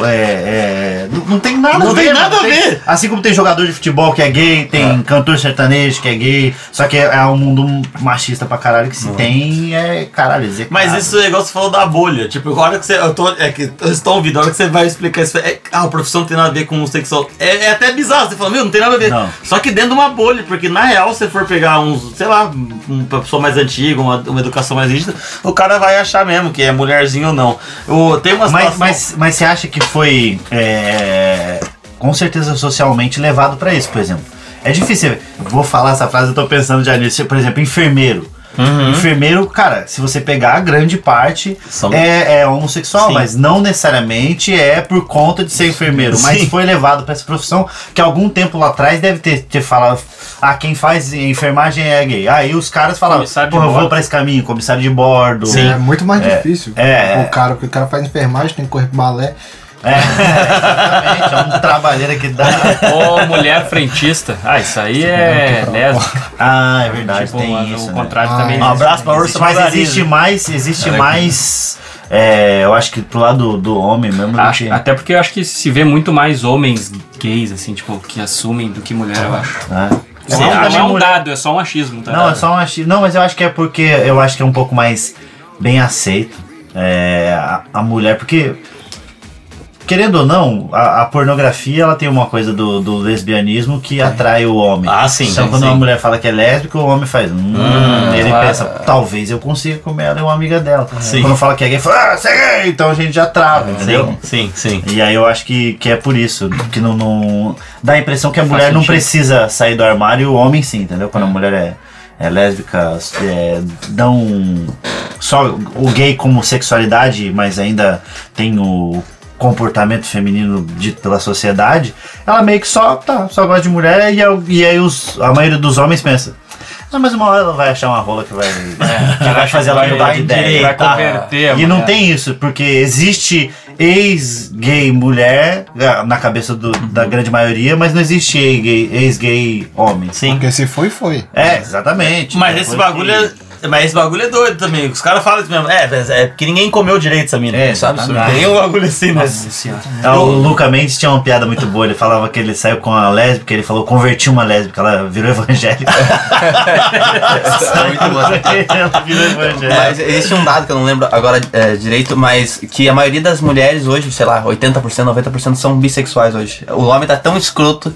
é, é, não, não tem nada a Não ver. tem mano, nada a ver. Assim como tem jogador de futebol que é gay, tem cantor sertanejo que é gay, só que é, é um mundo machista pra caralho que se tem é caralho. execrado. Uhum. Mas isso é igual você falou da bolha. Tipo, agora que você. Eu tô. É que eu estou ouvindo, a hora que você vai explicar isso. É, ah, a profissão não tem nada a ver com o sexual. É, é até bizarro. Você fala, meu, não tem nada a ver. Não. Só que dentro de uma bolha, porque na real, se você for pegar uns, sei lá, um- uma pessoa mais antiga, uma, uma educação mais rígida, o cara vai achar mesmo que é mulherzinho ou não. Eu, tem umas Mas, mas, mas você acha que foi é, com certeza socialmente levado pra isso, por exemplo? É difícil. Eu vou falar essa frase, eu tô pensando já nisso. Por exemplo, enfermeiro. Enfermeiro, cara, se você pegar a grande parte Uhum. São- é, é homossexual, Sim. mas não necessariamente é por conta de ser enfermeiro. Mas foi levado pra essa profissão que algum tempo lá atrás deve ter, ter falado: ah, quem faz enfermagem é gay. Aí os caras falavam: Comissário de porra, eu bordo. vou pra esse caminho, comissário de bordo. É muito mais difícil. é, O cara, porque o cara faz enfermagem, tem que correr pro balé. É, exatamente. É um trabalheira que dá. Ah, Ou mulher frentista. Ah, isso aí é lésbica. Ah, é verdade, Tipo, tem mas isso. Tipo, o né? contrário Ah, é. também Um existe. abraço pra Ursa Existe, mas existe mais, existe mais. é, eu acho que pro lado do, do homem mesmo. do Acho- que- até porque eu acho que se vê muito mais homens gays, assim, tipo, que assumem do que mulher, eu acho. né? Não, Sim, não também é um mulher- dado, é só um achismo, tá? Não, é só um achi- Não, mas eu acho que é porque eu acho que é um pouco mais bem aceito é, a, a mulher, porque. querendo ou não, a, a pornografia ela tem uma coisa do, do lesbianismo que atrai o homem. Ah, sim, Então, sim, quando sim. Ah, uma mulher fala que é lésbica, o homem faz. Hum, ele claro. pensa, talvez eu consiga comer ela é uma amiga dela. Quando fala que é gay, fala, ah, você é gay! Então a gente já trava, entendeu? Sim, sim. E aí eu acho que, que é por isso, que não, não- Dá a impressão que a mulher não sentido. precisa sair do armário e o homem sim, entendeu? Quando a mulher é, é lésbica, é, não. Só o gay como sexualidade, mas ainda tem o comportamento feminino dito pela sociedade, ela meio que só tá, só gosta de mulher e, é- e aí os, a maioria dos homens pensa. Ah, mas uma hora ela vai achar uma rola que vai, que vai fazer ela vai- mudar vai de ideia. endireitar. Vai converter a né? E não mulher. tem tem isso, porque existe ex-gay mulher ah, na cabeça do- Uhum. da grande maioria, mas não existe ex-gay ex-gay homem. Sim. Porque se foi, foi. É, exatamente. Mas Então, esse foi bagulho que- é. Mas esse bagulho é doido também. Os caras falam isso mesmo. É, mas é porque ninguém comeu direito essa mina. É, sabe? exatamente. Tem um bagulho assim, né? Ah, o Luca Mendes tinha uma piada muito boa. Ele falava que ele saiu com a lésbica, ele falou converti uma lésbica, ela virou evangélica. Isso é muito bom. ela virou Então, É. evangélica. Mas existe um dado que eu não lembro agora é, direito, mas que a maioria das mulheres hoje, sei lá, 80%, 90% são bissexuais hoje. O homem tá tão escroto.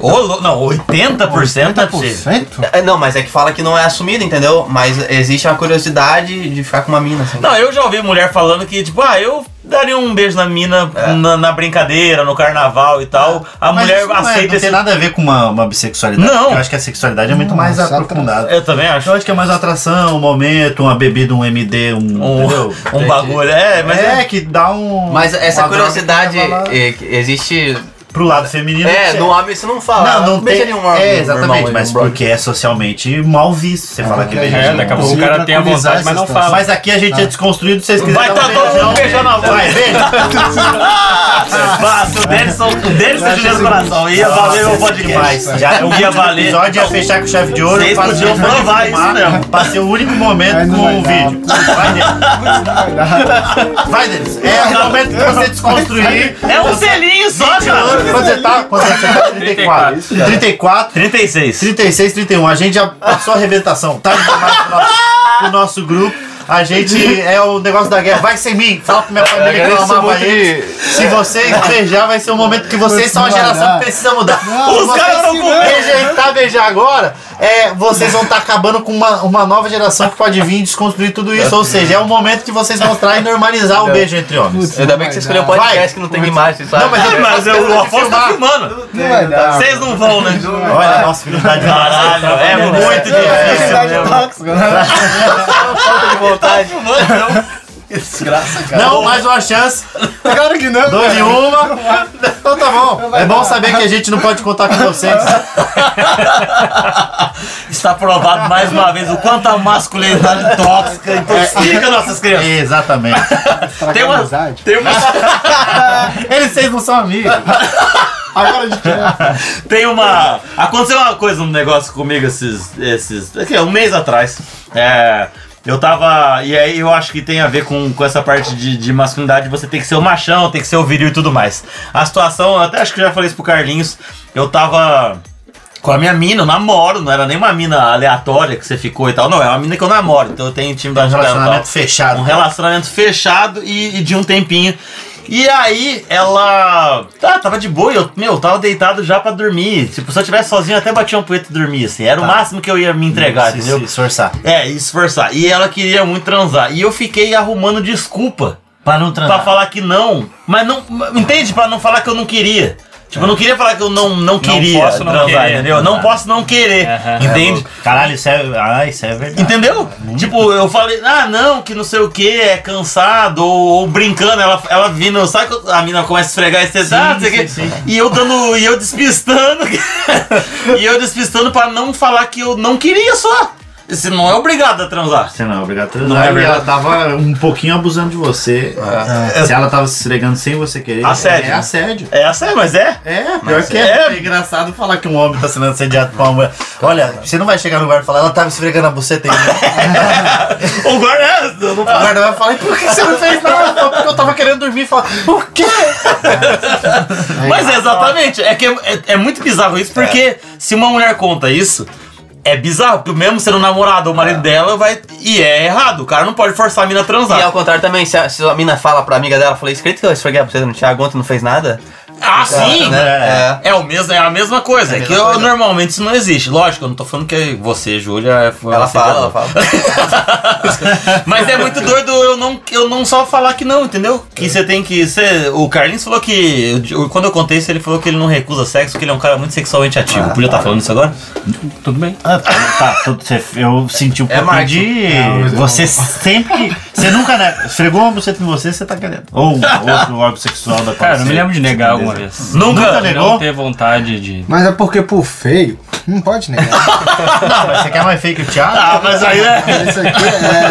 Ô, lou- não, 80% tá possível. É, não, mas é que fala que não é assumido, entendeu? Mas existe uma curiosidade de ficar com uma mina, assim. Não, eu já ouvi mulher falando que, tipo, ah, eu daria um beijo na mina na, na brincadeira, no carnaval e tal. A Mas mulher isso não É. é- aceita Não tem esse. nada a ver com uma, uma bissexualidade. Não. porque Eu acho que a sexualidade é muito mais Nossa, aprofundada. Eu também acho. Eu acho que é mais uma atração, um momento, uma bebida, um MD, um. entendeu? Um, um bagulho. É, mas é, que dá um. Mas essa uma droga curiosidade que leva lá é, que existe. pro lado feminino. É, que no você- homem você não fala. Não, não beija tem. nenhum né, homem, é, meu exatamente, irmão, mas meu brother. porque é socialmente mal visto você falar que beija. É, nenhum daqui a homem. pouco o cara tem a Conseguir vontade, mas não tranquilizar fala. Mas aqui a gente é desconstruído, se vocês quiserem. Ah. Vai tá dar um todo mundo beijão, beijando a Vai, beija. Ah, se o deles são- o deles seja de coração. Ia valer o podcast. Demais. Já, o Ia valer. episódio ia fechar com chave de ouro. Vocês eu passei podiam pra provar filmar, isso mesmo. Passei o único momento Aí não com vai o dar. vídeo. Vai, Denis. Vai, Denis. É o momento que você desconstruir. É um selinho só, cara. Quando você tá? Quando você tá? 34. 34. 36. 36, 31. A gente já passou a arrebentação. Tá demais pro nosso, pro nosso grupo. A gente é o negócio da guerra. Vai sem mim. Fala pra minha família que eu Agradeço amava muito eles. de... Se vocês beijar, vai ser um momento que vocês são a geração que precisa mudar. Não, Se Os caras não vocês rejeitar beijar agora, é, vocês vão estar acabando com uma, uma nova geração que pode vir e desconstruir tudo isso. Ou seja, é o momento de vocês mostrar e normalizar o beijo entre homens. Ainda bem que você escolheu o podcast que não tem imagem, sabe? Não, mas Ah, Mas eu- o Afonso tá filmando. Não vai dar. Vocês não vão, né? Olha a possibilidade de Caralho, é muito difícil. falta de vontade. Não, mais uma chance. Claro que não. Dois e uma. Então tá bom. É bom saber que a gente não pode contar com vocês. Está provado mais uma vez o quanto a masculinidade tóxica intoxica É, nossas crianças. Exatamente. Tem uma- é amizade. Tem uma, Eles seis não são amigos. Agora de tem uma. Aconteceu uma coisa, um negócio comigo esses. esses aqui, um mês atrás. É, eu tava. E aí eu acho que tem a ver com, com essa parte de, de masculinidade. Você tem que ser o machão, tem que ser o viril e tudo mais. A situação, eu até acho que já falei isso pro Carlinhos. Eu tava. Com a minha mina, eu namoro, não era nem uma mina aleatória que você ficou e tal. Não, é uma mina que eu namoro, então eu tenho intimidade com ela e tal. Relacionamento fechado. Um relacionamento fechado e, e de um tempinho. E aí, ela. Tá, tava de boa, eu, meu, tava deitado já pra dormir. Tipo, se eu tivesse sozinho, eu até batia um punheta e dormia, assim. Tá. Era o máximo que eu ia me entregar, Se, entendeu? se esforçar. É, e esforçar. E ela queria muito transar. E eu fiquei arrumando desculpa Pra não transar. pra falar que não. Mas não. Entende? Pra não falar que eu não queria. Tipo, eu não queria falar que eu não, não queria posso não transar, querer. entendeu? Eu Não posso não querer, né, entende? É, Caralho, isso é. Ah, isso é verdade. Entendeu? Tipo, eu falei, ah, não, que não sei o que, é cansado, ou, ou brincando, ela, ela vindo, sabe quando a mina começa a esfregar esse exato, e eu dando, e eu despistando, e eu despistando pra não falar que eu não queria só. Você não é obrigado a transar. Você não é obrigado a transar. Não é e verdade. ela tava um pouquinho abusando de você. Se ela tava se esfregando sem você querer. Assédio. É assédio. É assim, mas é. É, pior que é. é engraçado falar que um homem tá sendo assediado por uma mulher. Olha, você não vai chegar no guarda e falar, ela tava esfregando a buceta em mim. É. O guarda, é, eu não O guarda vai falar, e por que você não fez nada? Foi porque eu tava querendo dormir. Fala, o quê? ah, É. Mas é exatamente, é que é, é- é muito bizarro isso, porque se uma mulher conta isso, é bizarro, porque mesmo sendo namorado ou marido dela, vai. E é errado. O cara não pode forçar a mina a transar. É. E é ao contrário também, se a, se a mina fala pra amiga dela, falei, escrito que eu esfreguei pra você no Thiago ontem, não fez nada? Ah, sim! Né? É, o mesmo, é a mesma coisa. É, a que mesma eu- coisa. normalmente isso não existe. Lógico, eu não tô falando que você, Júlia, é É. Ela fala, ela fala. Mas é muito doido eu não, eu não só falar que não, entendeu? É. Que você tem que ser. O Carlinhos falou que. eu- Quando eu contei isso, ele falou que ele não recusa sexo, que ele é um cara muito sexualmente ativo. Ah, Podia estar falando isso agora? Tudo bem. Ah, tá, tá, tudo, cê- eu senti um É pouco marketing. de. Não, mas eu você não- sempre que. Você nunca nega. Esfregou uma buceta em você, você tá querendo. Ou um outro órgão sexual da Cara, eu eu me lembro de negar alguma vez. Nunca, Não negou? ter vontade de. Mas é porque por feio, não pode negar. Ah, mas você quer mais feio que o Thiago? mas aí é. Isso aqui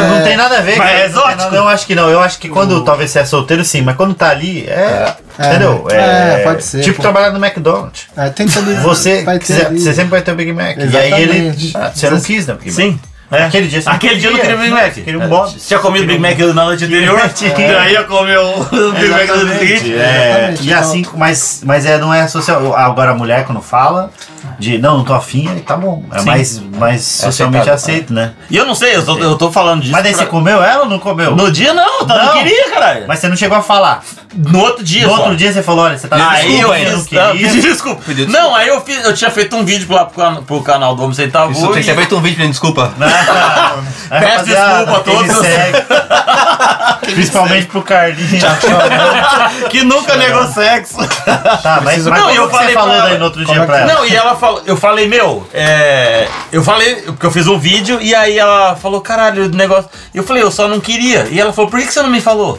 Não é. tem nada a ver, Mas cara. é Não tem exótico. nada- Eu acho que não. Eu acho que quando talvez você é solteiro, sim, mas quando tá ali, é. É. Entendeu? É, pode ser, Tipo pô. trabalhar no McDonald's. é tem que ser livre, Você, vai ter quiser- livre. você sempre vai ter o Big Mac. E aí ele. Exatamente. ah, Você não quis, né? Big Mac. Sim. É. Aquele dia você Aquele dia eu não queria Big Mac. Você queria um É. Bob. Você tinha comido Big Mac na noite anterior? E aí eu comi o Big Mac É, no dia seguinte. Então- É, Exatamente, e assim, mas, mas é, não é social. eu- Agora a mulher quando fala de não, não tô afim, aí tá bom. É mais, mais socialmente aceito, né? E eu não sei, eu tô, eu tô falando disso. Mas daí é. pra- você comeu ela ou não comeu? No dia não, tá, não. Não. queria, caralho. Mas você não chegou a falar. no outro dia, No só. outro dia você falou, olha, você tá Aí eu desculpa, fiz, eu ah, não queria. pedi desculpa. Pediu desculpa. Não, aí eu fiz, eu tinha feito um vídeo lá pro, can- pro canal do Homem Sem Tabu. Isso, tem que ter e- feito um vídeo pedindo desculpa. Aí, Peço rapaziada, desculpa a quem me todos. segue. Principalmente pro Carlinhos. que é nunca negou sexo. tá, mas, mas Não, como eu que você falei pra falou ela- daí no outro Como dia é pra ela? Não, e ela falou, eu falei, meu, é. Eu falei, porque eu fiz um vídeo e aí ela falou, caralho, o negócio. Eu falei, eu só não queria. E ela falou, por que, que você não me falou?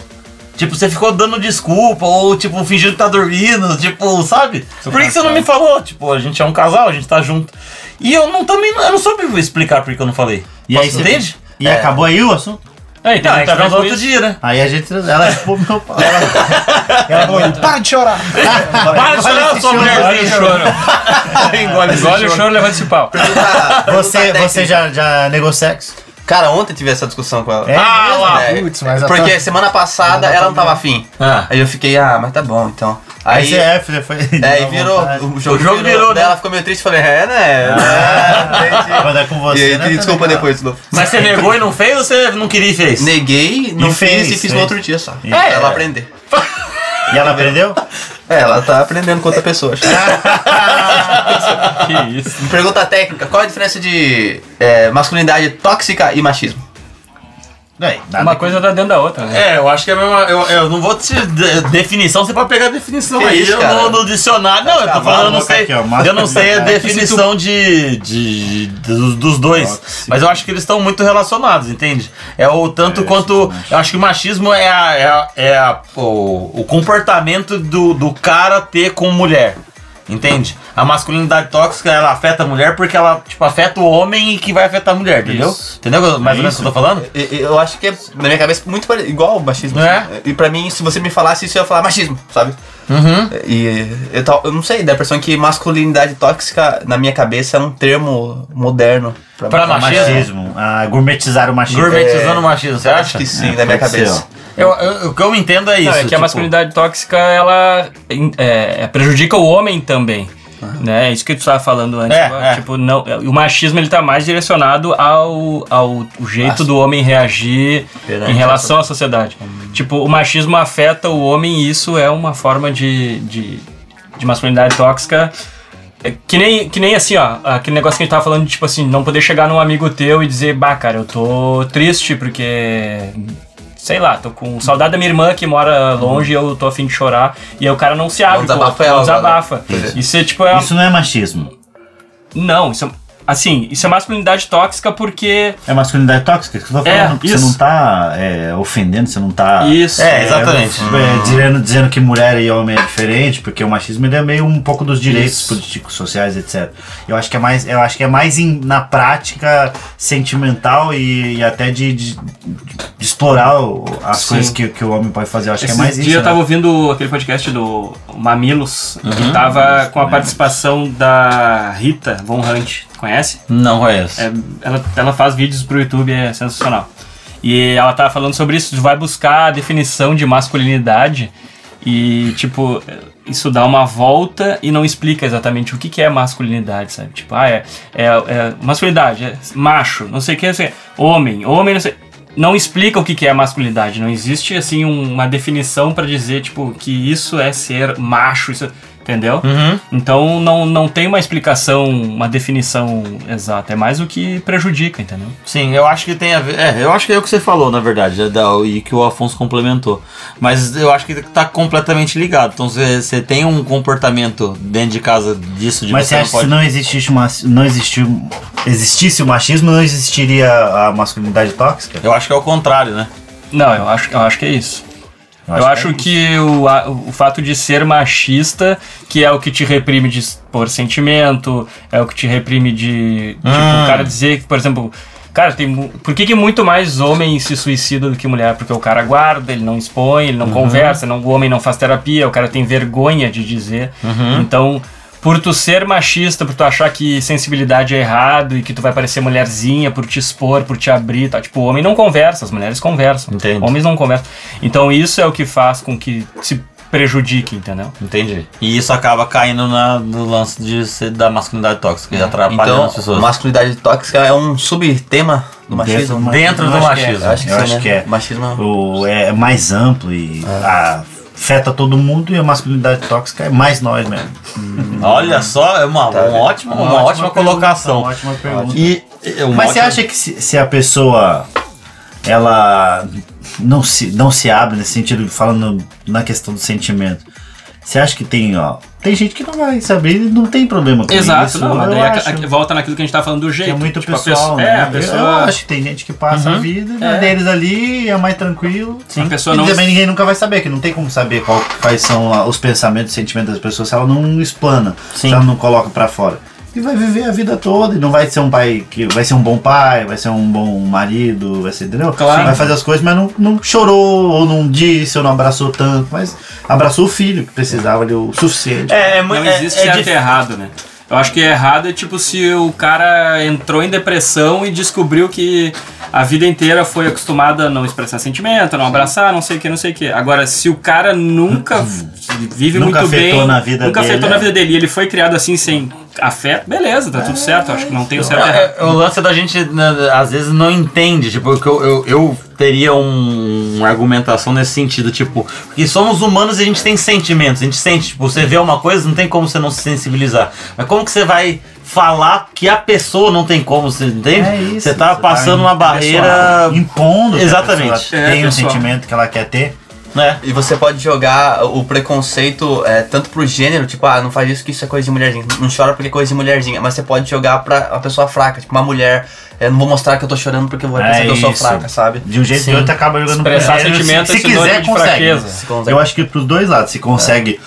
Tipo, você ficou dando desculpa, ou tipo, fingindo que tá dormindo, tipo, sabe? Por que, que você não me falou? Tipo, a gente é um casal, a gente tá junto. E eu não também, eu não soube explicar por que eu não falei. E aí você- entende? E acabou aí o assunto? É, então, Não, a tá gente tá vendo outro dia, né? Aí a gente. Ela ficou meu pau. Ela- Ela falou. Para de chorar! Para de Olha chorar, esse sua choro, Engole o mulherzinha. choro. Engole esse Engole o choro. choro, levanta esse pau. Você, Perguntar você técnica. já, já negou sexo? Cara, ontem tive essa discussão com ela. É tá Ah, mesmo? lá. É, Putz, mas a porque tua- semana passada ela não tava afim. Ah. Aí eu fiquei, ah, mas tá bom então. Aí Aí, você é, né? filho, foi. é, e virou. O jogo, jogo virou, né? Daí Ela ficou meio triste e falei, é, né? Quando é com E você. aí, né, pedi tá desculpa né? ligado. depois de novo. Mas você negou e não fez ou você não queria e fez? Neguei, não E fiz fez, e fiz fez. no outro dia só. E- é. Pra ela aprender. E ela aprendeu? É, ela tá aprendendo com outra pessoa. acho. Que isso. Pergunta técnica: qual a diferença de é, masculinidade tóxica e machismo? Aí, nada Uma coisa tá dentro da outra, né? É, eu acho que é a mesma. Eu, eu não vou te. de- Definição, você pode pegar a definição Que aí isso, eu cara? no, no dicionário. Não, eu tô Tá falando, eu não maluco sei. aqui, ó, mas- eu não sei a É, definição de, de, dos, dos dois. Mas eu acho que eles estão muito relacionados, entende? É o tanto quanto. Eu acho que o machismo é, a- é, a- é a- o, o comportamento do, do cara ter com mulher. Entende? A masculinidade tóxica ela afeta a mulher porque ela tipo, afeta o homem e que vai afetar a mulher, entendeu? Entendeu mais ou menos o que eu tô falando? E- e- Eu acho que é, na minha cabeça, muito pare- igual ao machismo. É. assim. E pra mim, se você me falasse isso, eu ia falar machismo, sabe? Uhum. E eu, tal- eu não sei, da impressão que masculinidade tóxica, na minha cabeça, é um termo moderno. Pra a ver. machismo. É Machismo. Ah, gourmetizar o machismo. É. Gourmetizando o machismo, você Acho acha? que sim, na minha É, pode ser, cabeça. Eu- eu- o que eu entendo é isso. Não, é que a tipo, masculinidade tóxica, ela em- é, prejudica o homem também. Né? É isso que tu estava falando antes. Ah. É, Tipo, é. Tipo, não, o machismo ele tá mais direcionado ao, ao o jeito do homem reagir em relação à sociedade. Hum. Tipo, o machismo afeta o homem e isso é uma forma de, de, de masculinidade tóxica. É Que nem, que nem assim, ó, aquele negócio que a gente tava falando, de, tipo assim, não poder chegar num amigo teu e dizer, bah, cara, eu tô triste porque sei lá, tô com saudade da minha irmã que mora longe e eu tô afim de chorar. E aí o cara não se abre, pô, desabafa não ela, desabafa. Isso é tipo. é- Isso não é machismo. Não, isso é. Assim, isso é masculinidade tóxica porque. É masculinidade tóxica? Que eu tô É, falando que você isso. não tá é, ofendendo, você não tá. Isso. É, exatamente. É, dizendo, dizendo que mulher e homem é diferente, porque o machismo ele é meio um pouco dos direitos políticos, sociais, etc. Eu acho que é mais, eu acho que é mais em- na prática sentimental e, e até de, de- de explorar o- as Sim. coisas que, que o homem pode fazer. Eu acho Esse que é mais dia isso. eu né? tava Uhum. ouvindo aquele podcast do Mamilos, que tava com a participação da Rita Von Hunt. Conhece? Não conheço. É, ela, ela faz vídeos pro YouTube, é sensacional. E ela tava falando sobre isso, tu vai buscar a definição de masculinidade e, tipo, isso dá uma volta e não explica exatamente o que, que é masculinidade, sabe? Tipo, ah, é, é, é masculinidade, é macho, não sei o que, não sei o que. Homem, homem, não sei. Não explica o que, que é masculinidade, não existe assim um- uma definição pra dizer, tipo, que isso é ser macho, isso. Entendeu? Então não, não tem uma explicação, uma definição exata. É mais o que prejudica, entendeu? Sim, eu acho que tem a ver. É, eu acho que é o que você falou, na verdade, é da- e que o Afonso complementou. Mas eu acho que tá completamente ligado. Então você você tem um comportamento dentro de casa disso de Mas você você acha que se não existisse, uma, não existiu, existisse o machismo, não existiria a masculinidade tóxica? Eu acho que é o contrário, né? Não, eu acho, eu acho que é isso. Eu acho, que, é o, a- o fato de ser machista, que é o que te reprime de expor sentimento, é o que te reprime de. Tipo, o cara dizer que, por exemplo. Cara, tem, mu- por que, que muito mais homem se suicida do que mulher? Porque o cara guarda, ele não expõe, ele não conversa, não, o homem não faz terapia, o cara tem vergonha de dizer. Então, por tu ser machista, por tu achar que sensibilidade é errado e que tu vai parecer mulherzinha, por te expor, por te abrir, tá? Tipo, o homem não conversa, as mulheres conversam. Entendo. Homens não conversam. Então isso é o que faz com que se prejudique, entendeu? Entendi. E isso acaba caindo na- no lance de ser da masculinidade tóxica e atrapalhando Então, as pessoas. masculinidade tóxica é um subtema do machismo. né? dentro do Eu acho machismo. que é, acho que Eu sim, acho né? que é. Machismo O, é mais amplo e a- afeta todo mundo e a masculinidade tóxica é mais nós mesmo. Olha só, é uma, um ótimo- uma, ótima, pergunta, colocação. uma ótima pergunta. E, é uma Mas você ótima- acha que se, se a pessoa ela não se, não se abre nesse sentido, falando na questão do sentimento, você acha que tem, ó, tem gente que não vai se abrir e não tem problema com Exato, isso. não, mas eu daí a- acho a- volta naquilo que a gente tá falando do que jeito. é muito Tipo, a pessoal, pessoa- né? É, a pessoa. Eu acho que tem gente que passa a vida na É. deles ali, é mais tranquilo. Sim. A pessoa e não- também ninguém nunca vai saber, que não tem como saber qual- quais são ah, os pensamentos e sentimentos das pessoas se ela não explana, se ela não coloca pra fora. E vai viver a vida toda e não vai ser um pai que vai ser um bom pai, vai ser um bom marido, vai ser, entendeu? Claro. Vai fazer as coisas, mas não, não chorou, ou não disse, ou não abraçou tanto, mas abraçou o filho que precisava ali o suficiente. É, é, Não muito- é, existe é certo dif- e errado, né? Eu acho que errado é tipo se o cara entrou em depressão e descobriu que a vida inteira foi acostumada a não expressar sentimento, a não abraçar, não sei o que, não sei o que. Agora, se o cara nunca vive Nunca muito afetou bem, na vida nunca dele, afetou na é. vida dele, e ele foi criado assim sem afeto, beleza, tá tudo certo. eu Acho que não tem o certo e errado. É, é, o lance da gente, né, às vezes, não entende. Tipo, que eu, eu, eu teria um- uma argumentação nesse sentido. Tipo, que somos humanos e a gente tem sentimentos. A gente sente, tipo, você vê uma coisa, não tem como você não se sensibilizar. Mas como que você vai falar que a pessoa não tem como, você entende? É isso, você tá você passando tá uma em- barreira. impondo que a Exatamente. pessoa É, tem um pessoal. sentimento que ela quer ter. Né? E você pode jogar o preconceito é, tanto pro gênero, tipo, ah, não faz isso que isso é coisa de mulherzinha. Não chora porque é coisa de mulherzinha. Mas você pode jogar pra uma pessoa fraca, tipo, uma mulher. Eu não vou mostrar que eu tô chorando porque eu vou É pensar que eu sou isso. fraca, sabe? De um jeito ou de outro acaba jogando Expressar pro gênero. sentimento se, é se sinônimo quiser de consegue. fraqueza. Se consegue. Eu acho que pros dois lados se consegue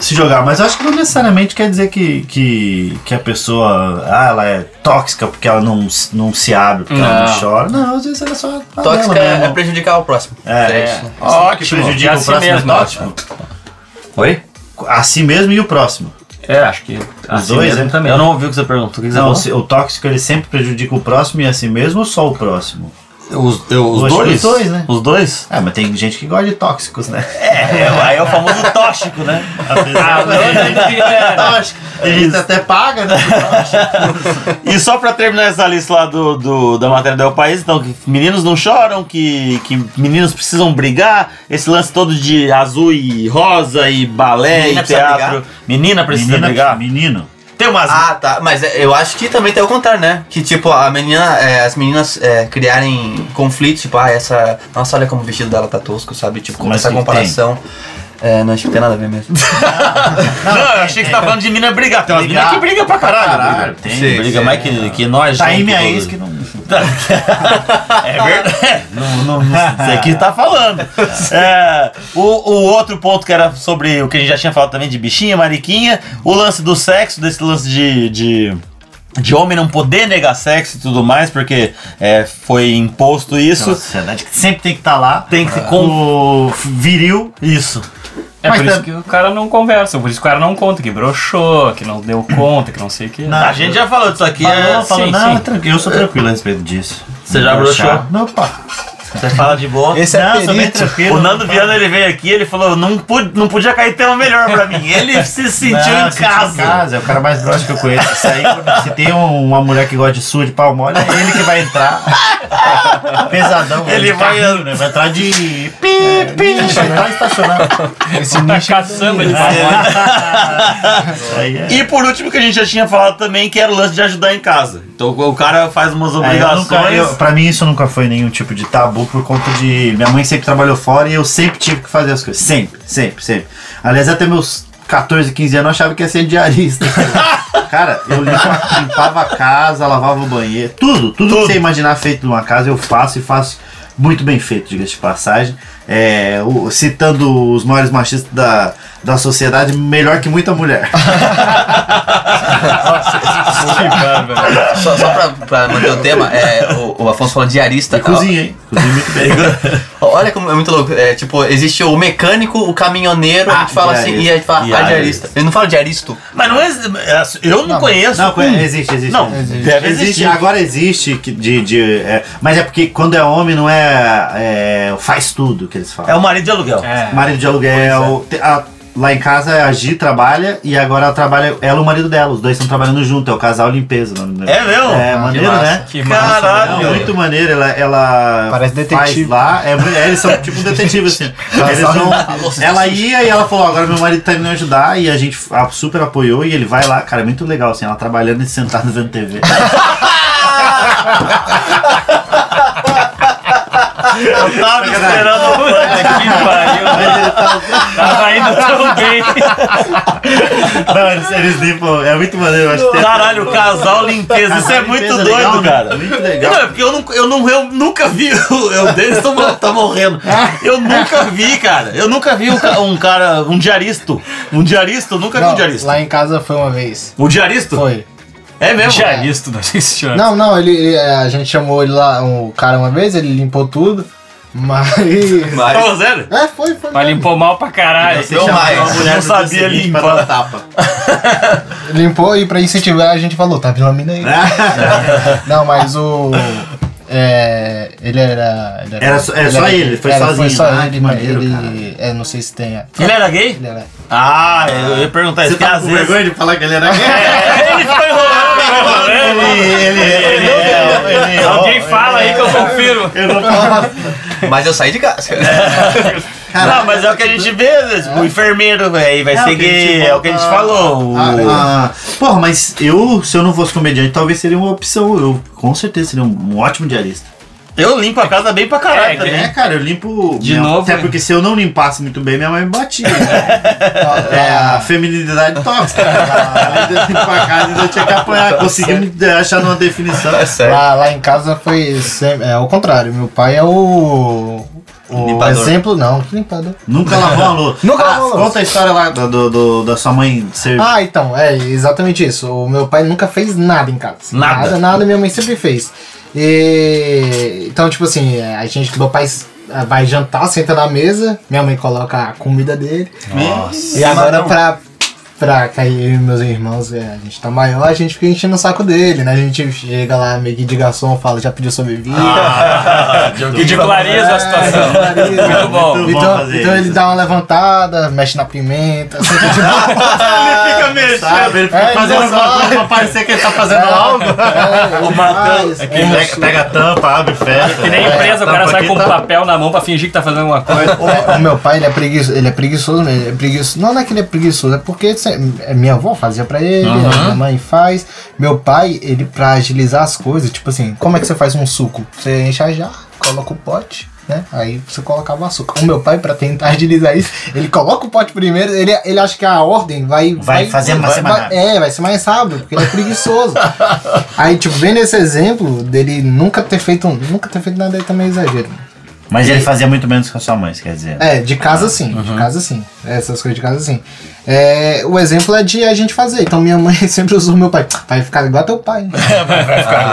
se jogar, mas eu acho que não necessariamente quer dizer que, que, que a pessoa ah, ela é tóxica porque ela não, se- não se abre, porque ela não Não. chora. Não, às vezes ela é só tá Tóxica nela é, é mesmo. prejudicar o próximo. É. isso. que Ótimo. prejudica é o próximo mesmo, é tóxico. Oi? A si mesmo e o próximo. É, acho que. Ah, Os dois, né? Assim Eu não ouvi o que você perguntou. O que você Não, o falou? se- o tóxico ele sempre prejudica o próximo e a si mesmo ou só o próximo? Os, eu- os Eu acho que dois? os dois, né? Os dois? Ah, mas tem gente que gosta de tóxicos, né? É, aí é o famoso tóxico, né? Apesar É, né? de tóxico. A gente até paga, né? E só pra terminar essa lista lá do, do- da matéria do El País, então, que meninos não choram, que, que meninos precisam brigar, esse lance todo de azul e rosa e balé Menina e precisa teatro. Menina precisa Menina, brigar. menino. Tem umas. Ah, tá. Mas é, eu acho que também tem o contrário, né? Que tipo, a menina, é, as meninas é, criarem conflito, tipo, ah, essa. Nossa, olha como o vestido dela tá tosco, sabe? Tipo, com Mas essa que tem? comparação. É, não acho que tem nada a ver mesmo. não, é, eu achei que você tá falando de menina brigar. Tem umas Brigar. meninas que brigam pra caralho. Caralho, tem. é, Sim, Briga sim. mais que, que nós. Tá aí juntos, minha todos. ex que não. É verdade. não, não, não, isso aqui tá falando. É, o, o outro ponto que era sobre o que a gente já tinha falado também de bichinha, mariquinha, o lance do sexo, desse lance de. de de homem não poder negar sexo e tudo mais, porque é, foi imposto isso. Aquela sociedade que sempre tem que estar lá. Tem que com Com o viril. isso. É Mas por tá- isso que o cara não conversa, por isso que o cara não conta, que broxou, que não deu conta, que não sei o Tá que. A gente já falou disso aqui. Falou, é- falou, sim, não, sim. é tranquilo, eu sou tranquilo a respeito disso. Você já Broxar. broxou? Não, pá. Você fala de boa. Esse é Não, eu sou bem perito. tranquilo. O Nando Viana ele veio aqui, ele falou, não, pude, não podia cair tema melhor pra mim. Ele se sentiu Não, em sentiu casa. É o cara mais grosso que eu conheço. Isso aí, quando- se tem um- uma mulher que gosta de sua, de pau mole, é ele que vai entrar. Pesadão. Ele tá de vai- carrinho, né? Vai entrar de... Pi, pi. Vai entrar estacionado. Esse Tá nicho caçamba de pau mole. É. Isso aí é... E por último, que a gente já tinha falado também, que era o lance de ajudar em casa. Então o cara faz umas É, eu obrigações. nunca, eu, pra mim isso nunca foi nenhum tipo de tabu por conta de. Minha mãe sempre trabalhou fora e eu sempre tive que fazer as coisas. Sempre, sempre, sempre. Aliás, até meus 14, 15 anos eu achava que ia ser diarista. Cara, eu limpa- limpava a casa, lavava o banheiro, tudo, tudo, que você imaginar feito numa casa eu faço e faço muito bem feito, diga-se de passagem. É, o- citando os maiores machistas da, da sociedade, melhor que muita mulher. tá Só, só pra, pra manter o tema, é, o, o Afonso falou diarista. Cozinha, hein? Cozinha muito bem. Ó, Olha como é muito louco. É, tipo, existe o mecânico, o caminhoneiro, Ah, a gente fala assim, diarista. e a gente fala ah, diarista. Ele não fala diaristo. Mas não é. Eu não, conheço. É Não, conhe- é existe, existe. um. Não, existe. deve Existe, existir. Agora existe que de. de é, mas é porque quando é homem não é, é, faz tudo que eles É falam. o marido de aluguel. marido de aluguel. te- a- lá em casa a Gi trabalha e agora ela trabalha. Ela e o marido dela. Os dois estão trabalhando junto, é o casal limpeza. o nome do É mesmo? É Que maneiro, massa. né? Que Não, Caralho. muito maneiro, ela, ela Parece faz detetive. lá. É, é, eles são tipo um detetive, assim. Eles "Ah, vão- ela ia e ela falou, agora meu marido tá indo me ajudar, e a gente a- super apoiou e ele vai lá, cara, é muito legal, assim, ela trabalhando e sentada vendo TV. Eu É tava esperando. Puta que tá, pariu. Tava indo tão bem. Não, eles, eles limpam, é muito maneiro, eu acho que tem- Caralho, o casal limpeza. Isso é Limpeza muito doido, legal, né? cara. Muito Não, é legal. porque eu, não, eu, não, eu nunca vi. o- Eu, deles tão, mor- tá morrendo. Eu nunca vi, cara. Eu nunca vi um, ca- um cara. Um diaristo. Um diaristo, eu nunca vi um Não, diaristo. lá em casa foi uma vez. O diaristo? Foi. É mesmo? Diarista, não sei se chama. Não, não, ele, ele- é, a gente chamou ele lá, o cara uma vez, ele limpou tudo, né? mas... Mas, Fala sério? É, foi, foi. Mas mesmo. limpou mal pra caralho. não mais. mulher não sabia limpar. tapa. Limpou e pra incentivar a gente falou, tá vindo uma mina aí. É. não, mas o. É, ele era. Ele Era só- é, só ele, foi sozinho. Foi só Ah, que ele, mas maneiro, ele. É, não sei se tem. a- né? Ele era gay? Ele era. Ah, eu ia perguntar isso. Você porque tá às com vezes. vergonha de falar que ele era gay? Ele foi rolando, foi rolando. Ele, ele, ele, ele. Alguém fala aí que eu confiro. Ah, mas eu saí de casa. Não, mas é o que a gente vê, né? Tipo, o enfermeiro, velho, vai ser É. o que a gente gay, é o que a gente falou. o- Ah, ah, porra, mas eu, se eu não fosse comediante, talvez seria uma opção. Eu com certeza seria um ótimo diarista. Eu limpo a casa bem pra caralho. também. É, cara, eu limpo. De minha- novo, Até né? porque se eu não limpasse muito bem, minha mãe me batia. é a feminilidade tóxica. Além de eu limpar a casa, ainda tinha que apanhar. Consegui me achar numa definição. É sério. Lá, lá em casa foi. Sempre, é o contrário, meu pai é o. O Limpador. exemplo, não, que limpador. Nunca lavou a louça. Nunca Ah, lavou a louça. Conta a história lá da- do, do- da sua mãe ser. Ah, então, é exatamente isso. O meu pai nunca fez nada em casa. assim, Nada. Nada, nada, minha mãe sempre fez. E, então, tipo assim, é, a gente, meu pai ah, vai jantar, senta na mesa, minha mãe coloca a comida dele. Nossa. E agora pra, pra cair eu e meus irmãos, é, a gente tá maior, a gente fica enchendo o saco dele, né? A gente chega lá meio que de garçom, fala, já pediu sua bebida. Ah, Ridiculariza a É, situação. valoriza. Muito bom. Muito bom Então, fazer então ele isso. assim. dá uma levantada, mexe na pimenta, senta de novo. ele fica mexendo. Sabe? Ele fica É, fazendo ele alguma sabe. coisa pra parecer que ele tá fazendo É, é, algo. ele faz, Ele é, pega, pega a tampa, abre fecha. É, Que nem empresa, o cara sai com um o papel na mão pra fingir que tá fazendo alguma coisa. O, o meu pai, ele é preguiçoso, ele é preguiçoso mesmo, ele é preguiçoso. Não, não é que ele é preguiçoso, é porque se- é, minha avó fazia pra ele, a minha mãe faz. Meu pai, ele pra agilizar as coisas, tipo assim, como é que você faz um suco? Você enche a jarra, coloca o pote, né? Aí você colocava o açúcar. O meu pai, pra tentar agilizar isso, ele coloca o pote primeiro, ele, ele acha que a ordem vai... Vai fazer mais vai- rápido. É, vai ser mais rápido, porque ele é preguiçoso. Aí, tipo, vendo esse exemplo dele nunca ter feito, um- nunca ter feito nada, aí também é exagero. Mas ele fazia muito menos que a sua mãe, isso quer dizer. É, de Ah, casa sim, de casa sim. Essas coisas de casa sim. É, o exemplo é de a gente fazer. Então minha mãe sempre usou meu pai. Vai ficar igual teu pai.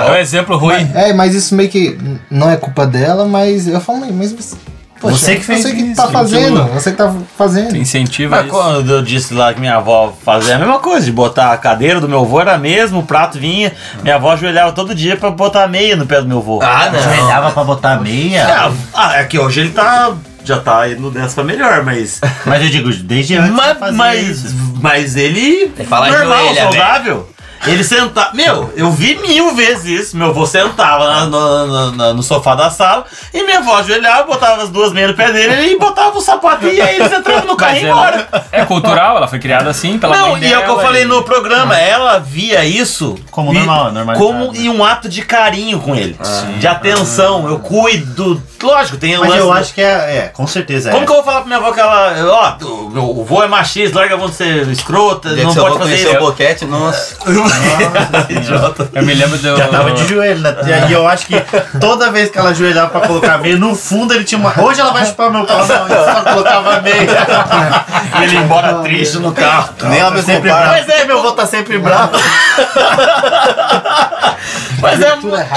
É um exemplo ruim. é, mas isso meio que não é culpa dela, mas eu falo, mãe, mas você Poxa, Você que fez Você que isso, tá você fazendo. continua. Você que tá fazendo. Incentiva Mas isso. quando eu disse lá que minha avó fazia a mesma coisa, de botar a cadeira do meu avô era mesmo, o prato vinha, minha avó ajoelhava todo dia pra botar meia no pé do meu avô. Ah, não. Ajoelhava pra botar meia? Ah, ah, é que hoje ele tá. Já tá indo dessa pra melhor, mas. Mas eu digo, desde antes mas, você fazia mas, isso. mas ele. Ele fala normal, ajoelha, saudável. Ele sentava. Meu, eu vi mil vezes isso. Meu avô sentava na- na- na- na- no sofá da sala e minha avó ajoelhava, botava as duas meias no pé dele e botava o sapato e aí eles entravam no carro e ia embora. É cultural, ela foi criada assim pela Não, mãe e é o que eu dela, falei e- no programa, Ah. ela via isso Como e- normal, normalizado, como né? e um ato de carinho com Ah. ele, de atenção, eu cuido, lógico, tem o Mas lance eu do- acho que é, é, com certeza é. Como que eu vou falar pra minha avó que ela, ó, o meu o vô é machista, larga a mão de ser escrota, Dia é que não seu pode avô fazer conheceu o isso. boquete, nossa. Eu me lembro do. Já tava de joelho, né? E aí eu acho que toda vez que ela ajoelhava pra colocar meia, no fundo ele tinha uma. Hoje ela vai chupar meu pau, não, ele só colocava meia. E ele ia embora triste no carro. Nem a mesma Sempre compara. bravo. Mas é, meu avô tá sempre bravo. Mas é,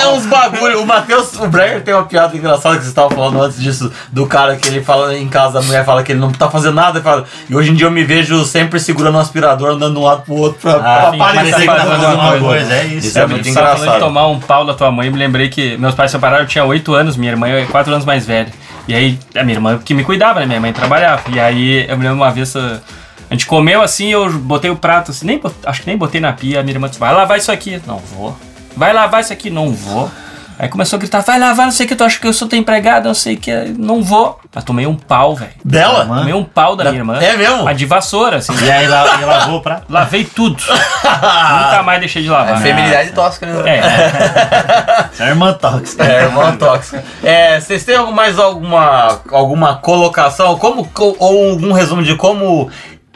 é uns bagulho. O Matheus, o Breyer tem uma piada engraçada que vocês estavam falando antes disso, do cara que ele fala em casa, a mulher fala que ele não tá fazendo nada. E, fala, e hoje em dia eu me vejo sempre segurando um aspirador, andando de um lado pro outro pra, pra sim, parecer que tá fazendo alguma coisa. é isso. Isso é muito Você tava falando de engraçado. tomar um pau da tua mãe, me lembrei que meus pais se separaram, eu tinha 8 anos, minha irmã é 4 anos mais velha. E aí, a minha irmã que me cuidava, né? Minha mãe trabalhava. E aí, eu me lembro uma vez, a a gente comeu assim, eu botei o prato assim, nem bot- acho que nem botei na pia, a minha irmã disse, vai lavar isso aqui. Não vou. Vai lavar isso aqui, não vou. Aí começou a gritar, vai lavar, não sei o que, tu acha que eu sou tua empregada, não sei o que, não vou. Mas tomei um pau, velho. Dela? Tomei um pau da minha irmã. É mesmo? Mas de vassoura, assim. E aí ela, e ela voou pra. Lavei tudo. Nunca mais deixei de Ah, lavar. É Feminilidade tóxica, né? É. Essa é a irmã tóxica. É, irmã tóxica. É, vocês têm mais alguma, alguma colocação? Como, co- ou algum resumo de como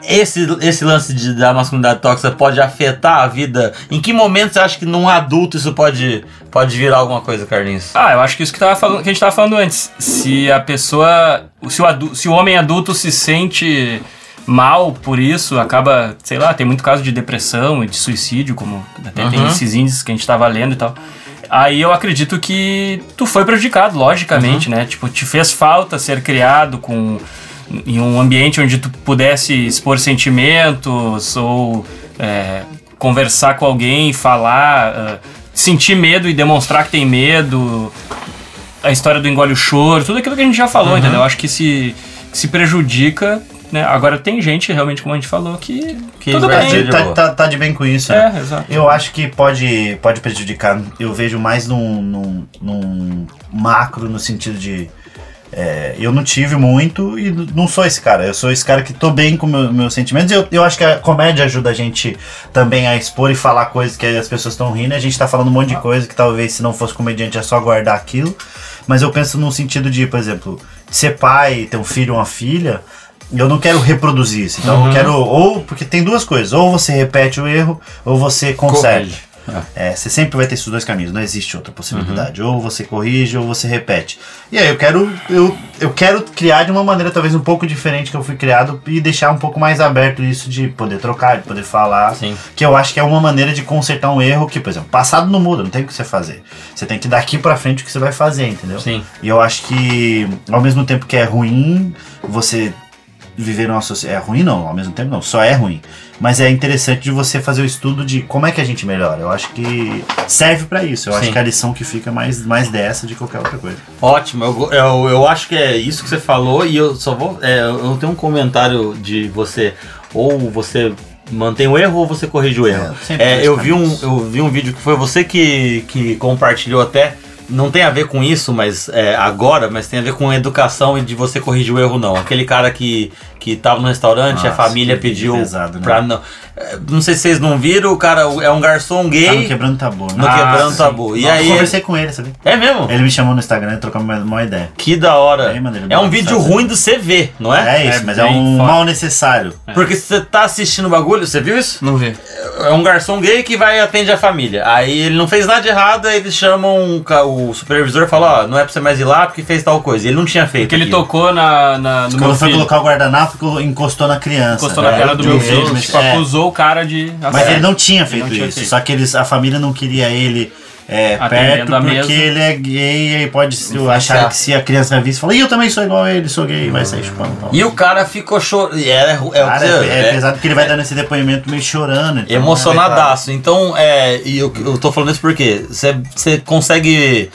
esse, esse lance de, da masculinidade tóxica pode afetar a vida? Em que momento você acha que num adulto isso pode, pode virar alguma coisa, Carlinhos? Ah, eu acho que isso que, tava falando, que a gente tava falando antes. Se a pessoa. Se o, adu- se o homem adulto se sente mal por isso, acaba, sei lá, tem muito caso de depressão e de suicídio, como até tem esses índices que a gente tava lendo e tal. Aí eu acredito que tu foi prejudicado, logicamente, né? Tipo, te fez falta ser criado com em um ambiente onde tu pudesse expor sentimentos ou é, conversar com alguém, falar, ah, sentir medo e demonstrar que tem medo, a história do engole o choro, tudo aquilo que a gente já Uhum. falou, entendeu? Eu Acho que se, se prejudica, né? Agora tem gente, realmente, como a gente falou, que, Que tudo vai bem. ser- Tá, tá- tá de bem com isso, né? É, exato. Eu acho que pode, pode prejudicar. Eu vejo mais num, num, num macro, no sentido de. é, eu não tive muito e n- não sou esse cara. Eu sou esse cara que tô bem com meu- meus sentimentos. Eu, eu acho que a comédia ajuda a gente também a expor e falar coisas que as pessoas estão rindo. A gente tá falando um monte de coisa que talvez se não fosse comediante é só guardar aquilo. Mas eu penso num sentido de, por exemplo, ser pai, ter um filho, uma filha. Eu não quero reproduzir isso. Então eu quero. Ou. Porque tem duas coisas. Ou você repete o erro, ou você consegue. É, você sempre vai ter esses dois caminhos, não existe outra possibilidade. Ou você corrige ou você repete. E aí eu quero eu, eu quero criar de uma maneira talvez um pouco diferente que eu fui criado e deixar um pouco mais aberto isso de poder trocar, de poder falar. Sim. Que eu acho que é uma maneira de consertar um erro que, por exemplo, passado não muda, não tem o que você fazer. Você tem que daqui pra frente o que você vai fazer, entendeu? Sim. E eu acho que ao mesmo tempo que é ruim, você viver numa sociedade. É ruim não, ao mesmo tempo não, só é ruim. Mas é interessante de você fazer o estudo de como é que a gente melhora. Eu acho que serve pra isso. Eu Sim. acho que a lição que fica é mais, mais dessa de qualquer outra coisa. Ótimo, eu, go- eu, eu acho que é isso que você falou e eu só vou. é, eu tenho um comentário de você. Ou você mantém o erro ou você corrige o erro. É, sempre É, dois eu, vi um, caminhos. eu vi um vídeo que foi você que, que compartilhou até. Não tem a ver com isso, mas é, agora, mas tem a ver com educação e de você corrigir o erro, não. Aquele cara que, que tava no restaurante, a Nossa, família que vídeo pediu pesado, né? pra não. é, Não sei se vocês não viram, o cara é um garçom Tá no gay quebrando tabu, no né? Ah, quebrando tabu. E aí. Eu conversei com ele, sabe? É mesmo? Ele me chamou no Instagram e trocou uma, uma ideia. Que da hora. Bem maneiro, É um bem vídeo engraçado. ruim do CV, não é? É, isso, mas é bem um foda. mal necessário. Porque se você tá assistindo o bagulho, você viu isso? Não vi. É um garçom gay que vai e atende a família. Aí ele não fez nada de errado, aí eles chamam o ca- o supervisor e falam, ó, não é pra você mais ir lá porque fez tal coisa. Ele não tinha feito Porque ele aquilo. tocou na, na- no meu Quando foi filho. colocar o guardanapo, colo- encostou na criança. Encostou na É, cara do eu meu vi, filho, mas- tipo, é. acusou o cara de. Mas ele não tinha feito É. tinha isso. feito. Só que eles, a família não queria ele é, perto Atendendo a porque mesa. ele é gay e aí pode se- achar que se a criança visse fala, "Ih, eu também sou igual a ele, sou gay, e vai sair chupando. Tal. E o cara ficou chorando. É, é, Cara, é, é, é é pesado porque ele vai dando esse depoimento meio chorando. então, emocionadaço. Então, é, e eu, eu tô falando isso porque você- você consegue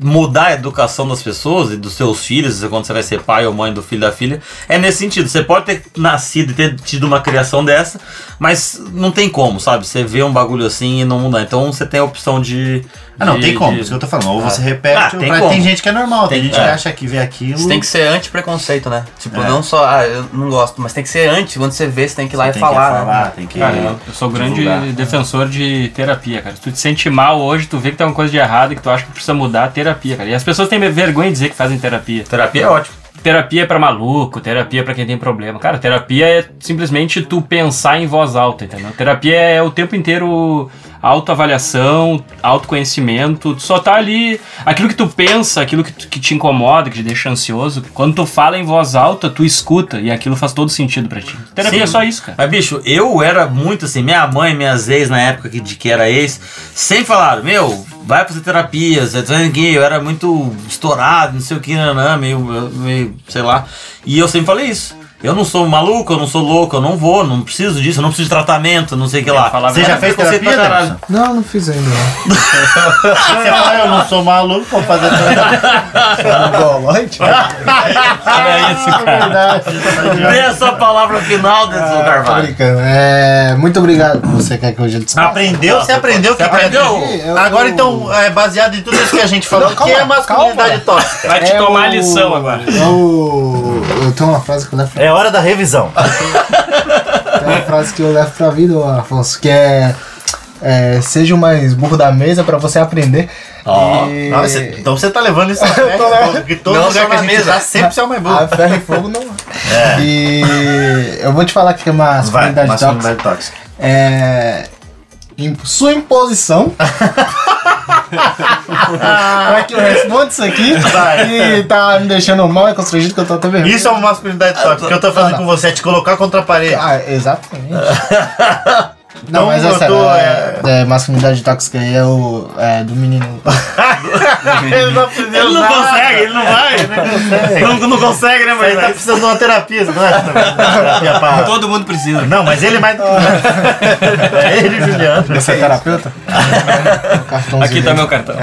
mudar a educação das pessoas e dos seus filhos, é quando você vai ser pai ou mãe do filho da filha, é nesse sentido. Você pode ter nascido e ter tido uma criação dessa, mas não tem como, sabe? Você vê um bagulho assim e não mudar. Então você tem a opção de. Ah, não, de- tem como, de- isso que eu tô falando. Ou você repete, Ah, ou tem pra- como. tem gente que é normal, tem, Tem- gente que é. acha que vê aquilo. Você tem que ser anti-preconceito, né? Tipo, É. não só, ah, eu não gosto, mas tem que ser anti. Quando você vê, você tem que ir lá tem e que falar, né? falar, tem que. Cara, eu- eu sou grande divulgar. defensor de terapia, cara. Se tu te sente mal hoje, tu vê que tem alguma coisa de errado, que tu acha que precisa mudar, terapia, cara. E as pessoas têm vergonha de dizer que fazem terapia. Terapia é ótimo. Terapia é pra maluco, terapia é pra quem tem problema. Cara, terapia é simplesmente tu pensar em voz alta, entendeu? Terapia é o tempo inteiro autoavaliação, autoconhecimento. Tu só tá ali. Aquilo que tu pensa, aquilo que, tu- que te incomoda, que te deixa ansioso. Quando tu fala em voz alta, tu escuta e aquilo faz todo sentido pra ti. Terapia Sim. é só isso, cara. Mas, bicho, eu era muito assim. Minha mãe, minhas ex, na época que, de que era ex, sempre falaram: Meu, vai fazer terapia, você tá vendo que eu era muito estourado, não sei o que, nanã, meio, meio, sei lá. E eu sempre falei isso. Eu não sou maluco, eu não sou louco, eu não vou, não preciso disso, eu não preciso de tratamento, não sei o que lá. falava- Você já Cara, fez preconceito terapia, pra caralho. Denilson? Não, não fiz ainda. não. Ah, Você fala, eu não sou maluco, vou fazer terapia. Ah, Golóide? Olha isso, cara. Dê a sua palavra final, Denilson Tô Carvalho. tá brincando. É, muito obrigado. Você quer que eu já despache? Aprendeu? Você aprendeu o que aprendeu? Eu- Agora então, é baseado em tudo isso que a gente falou, Não, o calma, que é masculinidade tóxica? Vai te É tomar a o- lição agora. Eu, eu tenho uma frase que eu levo É hora da revisão. Tem É uma frase que eu levo pra vida, ô Afonso, que é. é, seja o mais burro da mesa pra você aprender. E- Ah, você- então você tá levando isso a Eu tô levando. sério, porque todo Não lugar só que a na gente mesa. dá sempre você é o mais A burro. ferro e fogo não. E eu vou te falar que é uma É. Vai, masculinidade tóxica. masculinidade tóxica. É. em- Sua imposição. pra que eu responda isso aqui. E tá me deixando mal e constrangido que eu tô até vermelho. Isso é uma masculinidade tóxica. O que eu tô fazendo não, com você é te colocar contra a parede. Ah, exatamente. Então, Não, mas é eu sério. tô, é, é, masculinidade tóxica aí é o. É, do menino. Ele não aprendeu Ele não nada. consegue, ele não vai, né? Não, não consegue, né, Ele tá Moisés? precisando de uma terapia, você não acha? Terapia pra- Todo mundo precisa. Não, mas ele é mais do que nada. É ele, Juliano. Você é terapeuta? né? É um Cartãozinho Aqui tá dele. meu cartão.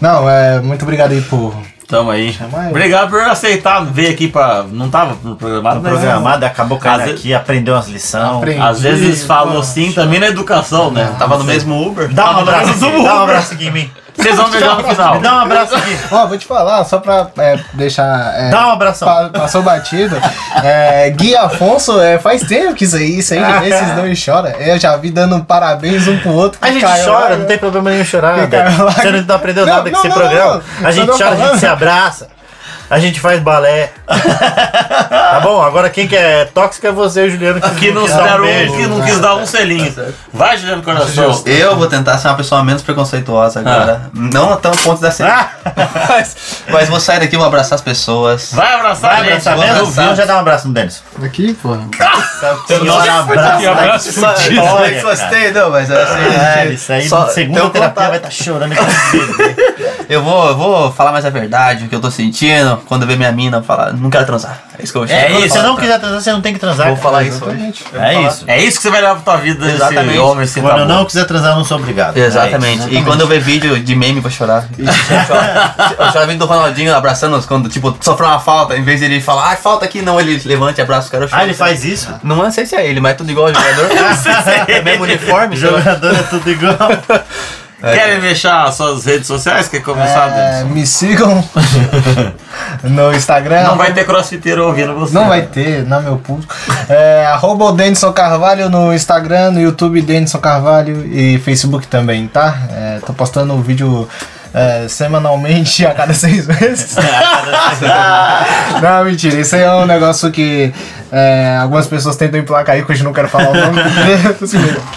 Não, é, muito obrigado aí por. Tamo aí. Chama ele. Obrigado por aceitar vir aqui pra. Não tava programado, né? mas- Programado, acabou Às caindo vezes- aqui, aprendeu umas lições. Aprendi, Às vezes falou sim também na educação, né? Tava no mesmo Uber. Dá um abraço aqui, dá um abraço aqui em mim. Vocês vão pegar no final. Me dá um abraço aqui. Ó, vou te falar, só pra é, deixar. é, Dá um abração. pa- passou batido. É, Gui Afonso, é, faz tempo que isso aí, isso aí, esses dois choram. Eu já vi dando parabéns um pro né? outro. A gente caiu chora, lá, não tem problema nenhum Que chorar. caiu lá. Você não aprendeu Não, nada com não, esse não, programa. não. A Só gente não chora, a gente falando. se abraça. A gente faz balé. tá bom? Agora quem que é tóxico é você e o Juliano que, Que não, quis quis dar dar beijo. Ah, Tá um, que não quis dar um selinho. Vai, Juliano Coração. Eu vou tentar ser uma pessoa menos preconceituosa agora. Não até o ponto da Ah. série. mas, mas vou sair daqui, vou abraçar as pessoas. Vai abraçar Vai a gente. abraçar vou mesmo? abraçar. Vamos já dar um abraço no Denis. Aqui, porra. Senhora, abraço. Que abraço Só- fudido. só- Olha, Gostei, não, mas Caralho, assim. Isso aí, só- segunda então, terapia contar- vai tá- estar chorando com o dedo. Eu vou, eu vou falar mais a verdade, o que eu tô sentindo. Quando eu ver minha mina, eu falar, não quero transar. É isso que eu vou É falar. Se você não quiser transar, você não tem que transar. Vou cara. falar isso hoje. Exatamente. Eu vou É falar. isso. É isso que você vai levar pra tua vida, esse Exatamente. homem sem Quando eu tabu. não quiser transar, eu não sou obrigado. tá É Exatamente. E quando eu ver vídeo de meme, eu vou chorar. Eu choro- Eu choro vídeo do Ronaldinho abraçando os quando, tipo, sofreu uma falta. Em vez dele falar, ai, falta aqui, não, ele levanta e abraça os caras. eu choro. Ah, ele faz isso? Não sei se é ele, mas tudo igual ao jogador. é o mesmo uniforme. sei lá. Jogador é tudo igual. É. Querem deixar suas redes sociais? Quer começar, É, né? Denilson? me sigam no Instagram. Não vai ter crossfiteiro ouvindo você. Não vai ter, não é meu público. É, arroba o Denison Carvalho no Instagram, no YouTube Denison Carvalho e Facebook também, tá? É, tô postando um vídeo é, semanalmente a cada seis meses. não, mentira, isso aí é um negócio que é, algumas pessoas tentam emplacar aí, que hoje não quero falar o nome.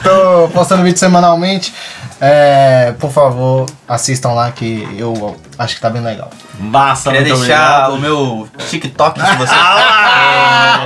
Tô postando vídeo semanalmente. É, por favor, assistam lá que eu acho que tá bem legal. Massa, Queria muito deixar obrigado. o meu TikTok de vocês. Ah,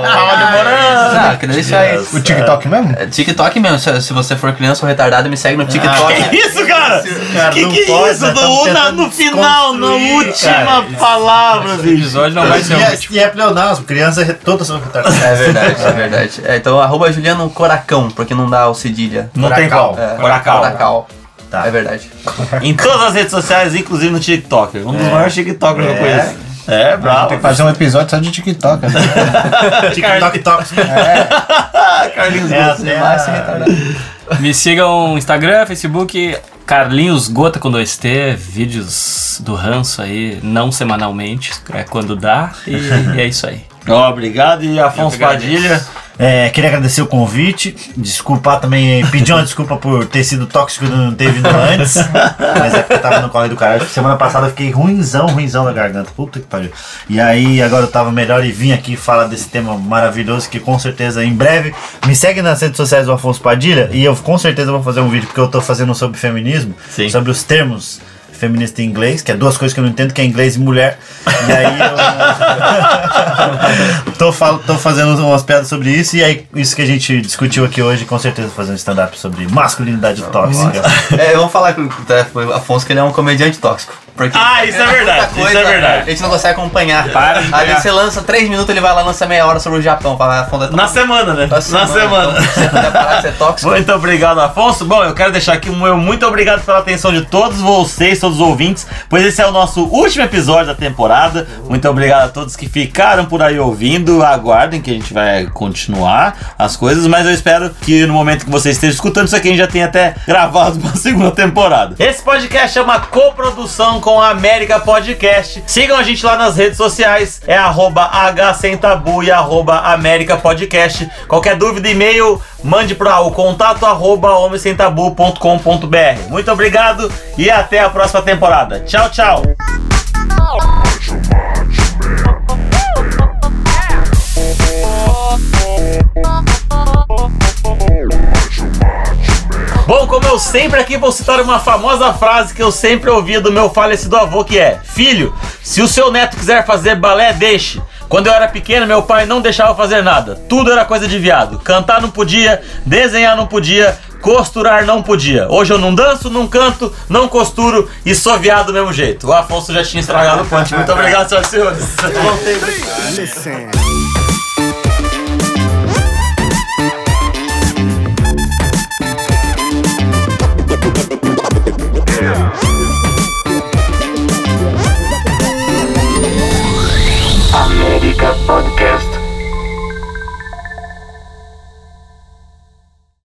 Tava demorando. é Não, queria deixar isso. O TikTok mesmo? É TikTok mesmo, se, se você for criança ou retardado, me segue no TikTok. Que isso, cara? Cara, que não que é pode, isso? né? Tamo No, na- tentando no final, na desconstruir, última cara. palavra, O bicho. episódio não vai ser E um. é, e é pleonasmo, criança re- todas são retardadas. É verdade, é verdade. É, então, arroba Juliano Coracão, porque não dá o cedilha. Não tem qual. É, Coracal. Coracal. Tá. É verdade. Em todas as redes sociais, inclusive no TikTok. Um É. dos maiores TikTokers que eu conheço. É, bravo. Tem que fazer um episódio só de TikTok. né? TikTok Tox. Carlinhos É, Gomes. até Mas se retardado. Me sigam no Instagram, Facebook, Carlinhos Gota com 2T, vídeos do ranço aí, não semanalmente, é quando dá, e, e é isso aí. Ó, Obrigado. E Afonso Padilha. É, queria agradecer o convite, desculpar também, eh, pedir uma desculpa por ter sido tóxico e não ter vindo antes, mas é porque eu tava no corre do caralho. Semana passada eu fiquei ruinzão, ruinzão da garganta, puta que pariu. E aí agora eu tava melhor e vim aqui falar desse tema maravilhoso que com certeza em breve me segue nas redes sociais do Afonso Padilha e eu com certeza vou fazer um vídeo porque eu tô fazendo sobre feminismo, Sim. sobre os termos feminista em inglês, que é duas coisas que eu não entendo, que é inglês e mulher. E aí eu tô, fal- tô fazendo umas piadas sobre isso, e aí isso que a gente discutiu aqui hoje, com certeza vou fazer um stand-up sobre masculinidade tóxica. É, vamos falar com o Afonso que ele é um comediante tóxico. Porque Ah, isso é verdade, muita isso é verdade. A gente não consegue acompanhar. Para de Aí pegar. você lança 3 minutos, ele vai lá lança meia hora sobre o Japão. Fala, Afonso, é Na semana, né? Na semana. Então, se você puder parar de ser tóxico, Muito obrigado, Afonso. Bom, eu quero deixar aqui o meu muito obrigado pela atenção de todos vocês, todos os ouvintes, pois esse é o nosso último episódio da temporada. Muito obrigado a todos que ficaram por aí ouvindo. Aguardem que a gente vai continuar as coisas, mas eu espero que no momento que vocês estejam escutando isso aqui, a gente já tenha até gravado uma segunda temporada. Esse podcast é uma coprodução com a América Podcast. Sigam a gente lá nas redes sociais, é arroba H sem tabu e arroba América Podcast. Qualquer dúvida, e-mail, mande para o contato arroba homensentabu.com.br. Muito obrigado e até a próxima temporada. Tchau, tchau! Bom, como eu sempre aqui vou citar uma famosa frase que eu sempre ouvia do meu falecido avô, que é: Filho, se o seu neto quiser fazer balé, deixe. Quando eu era pequeno, meu pai não deixava eu fazer nada. Tudo era coisa de viado. Cantar não podia, desenhar não podia, costurar não podia. Hoje eu não danço, não canto, não costuro e sou viado do mesmo jeito. O Afonso já tinha estragado o ponte. Muito obrigado, senhoras e senhores. Listen.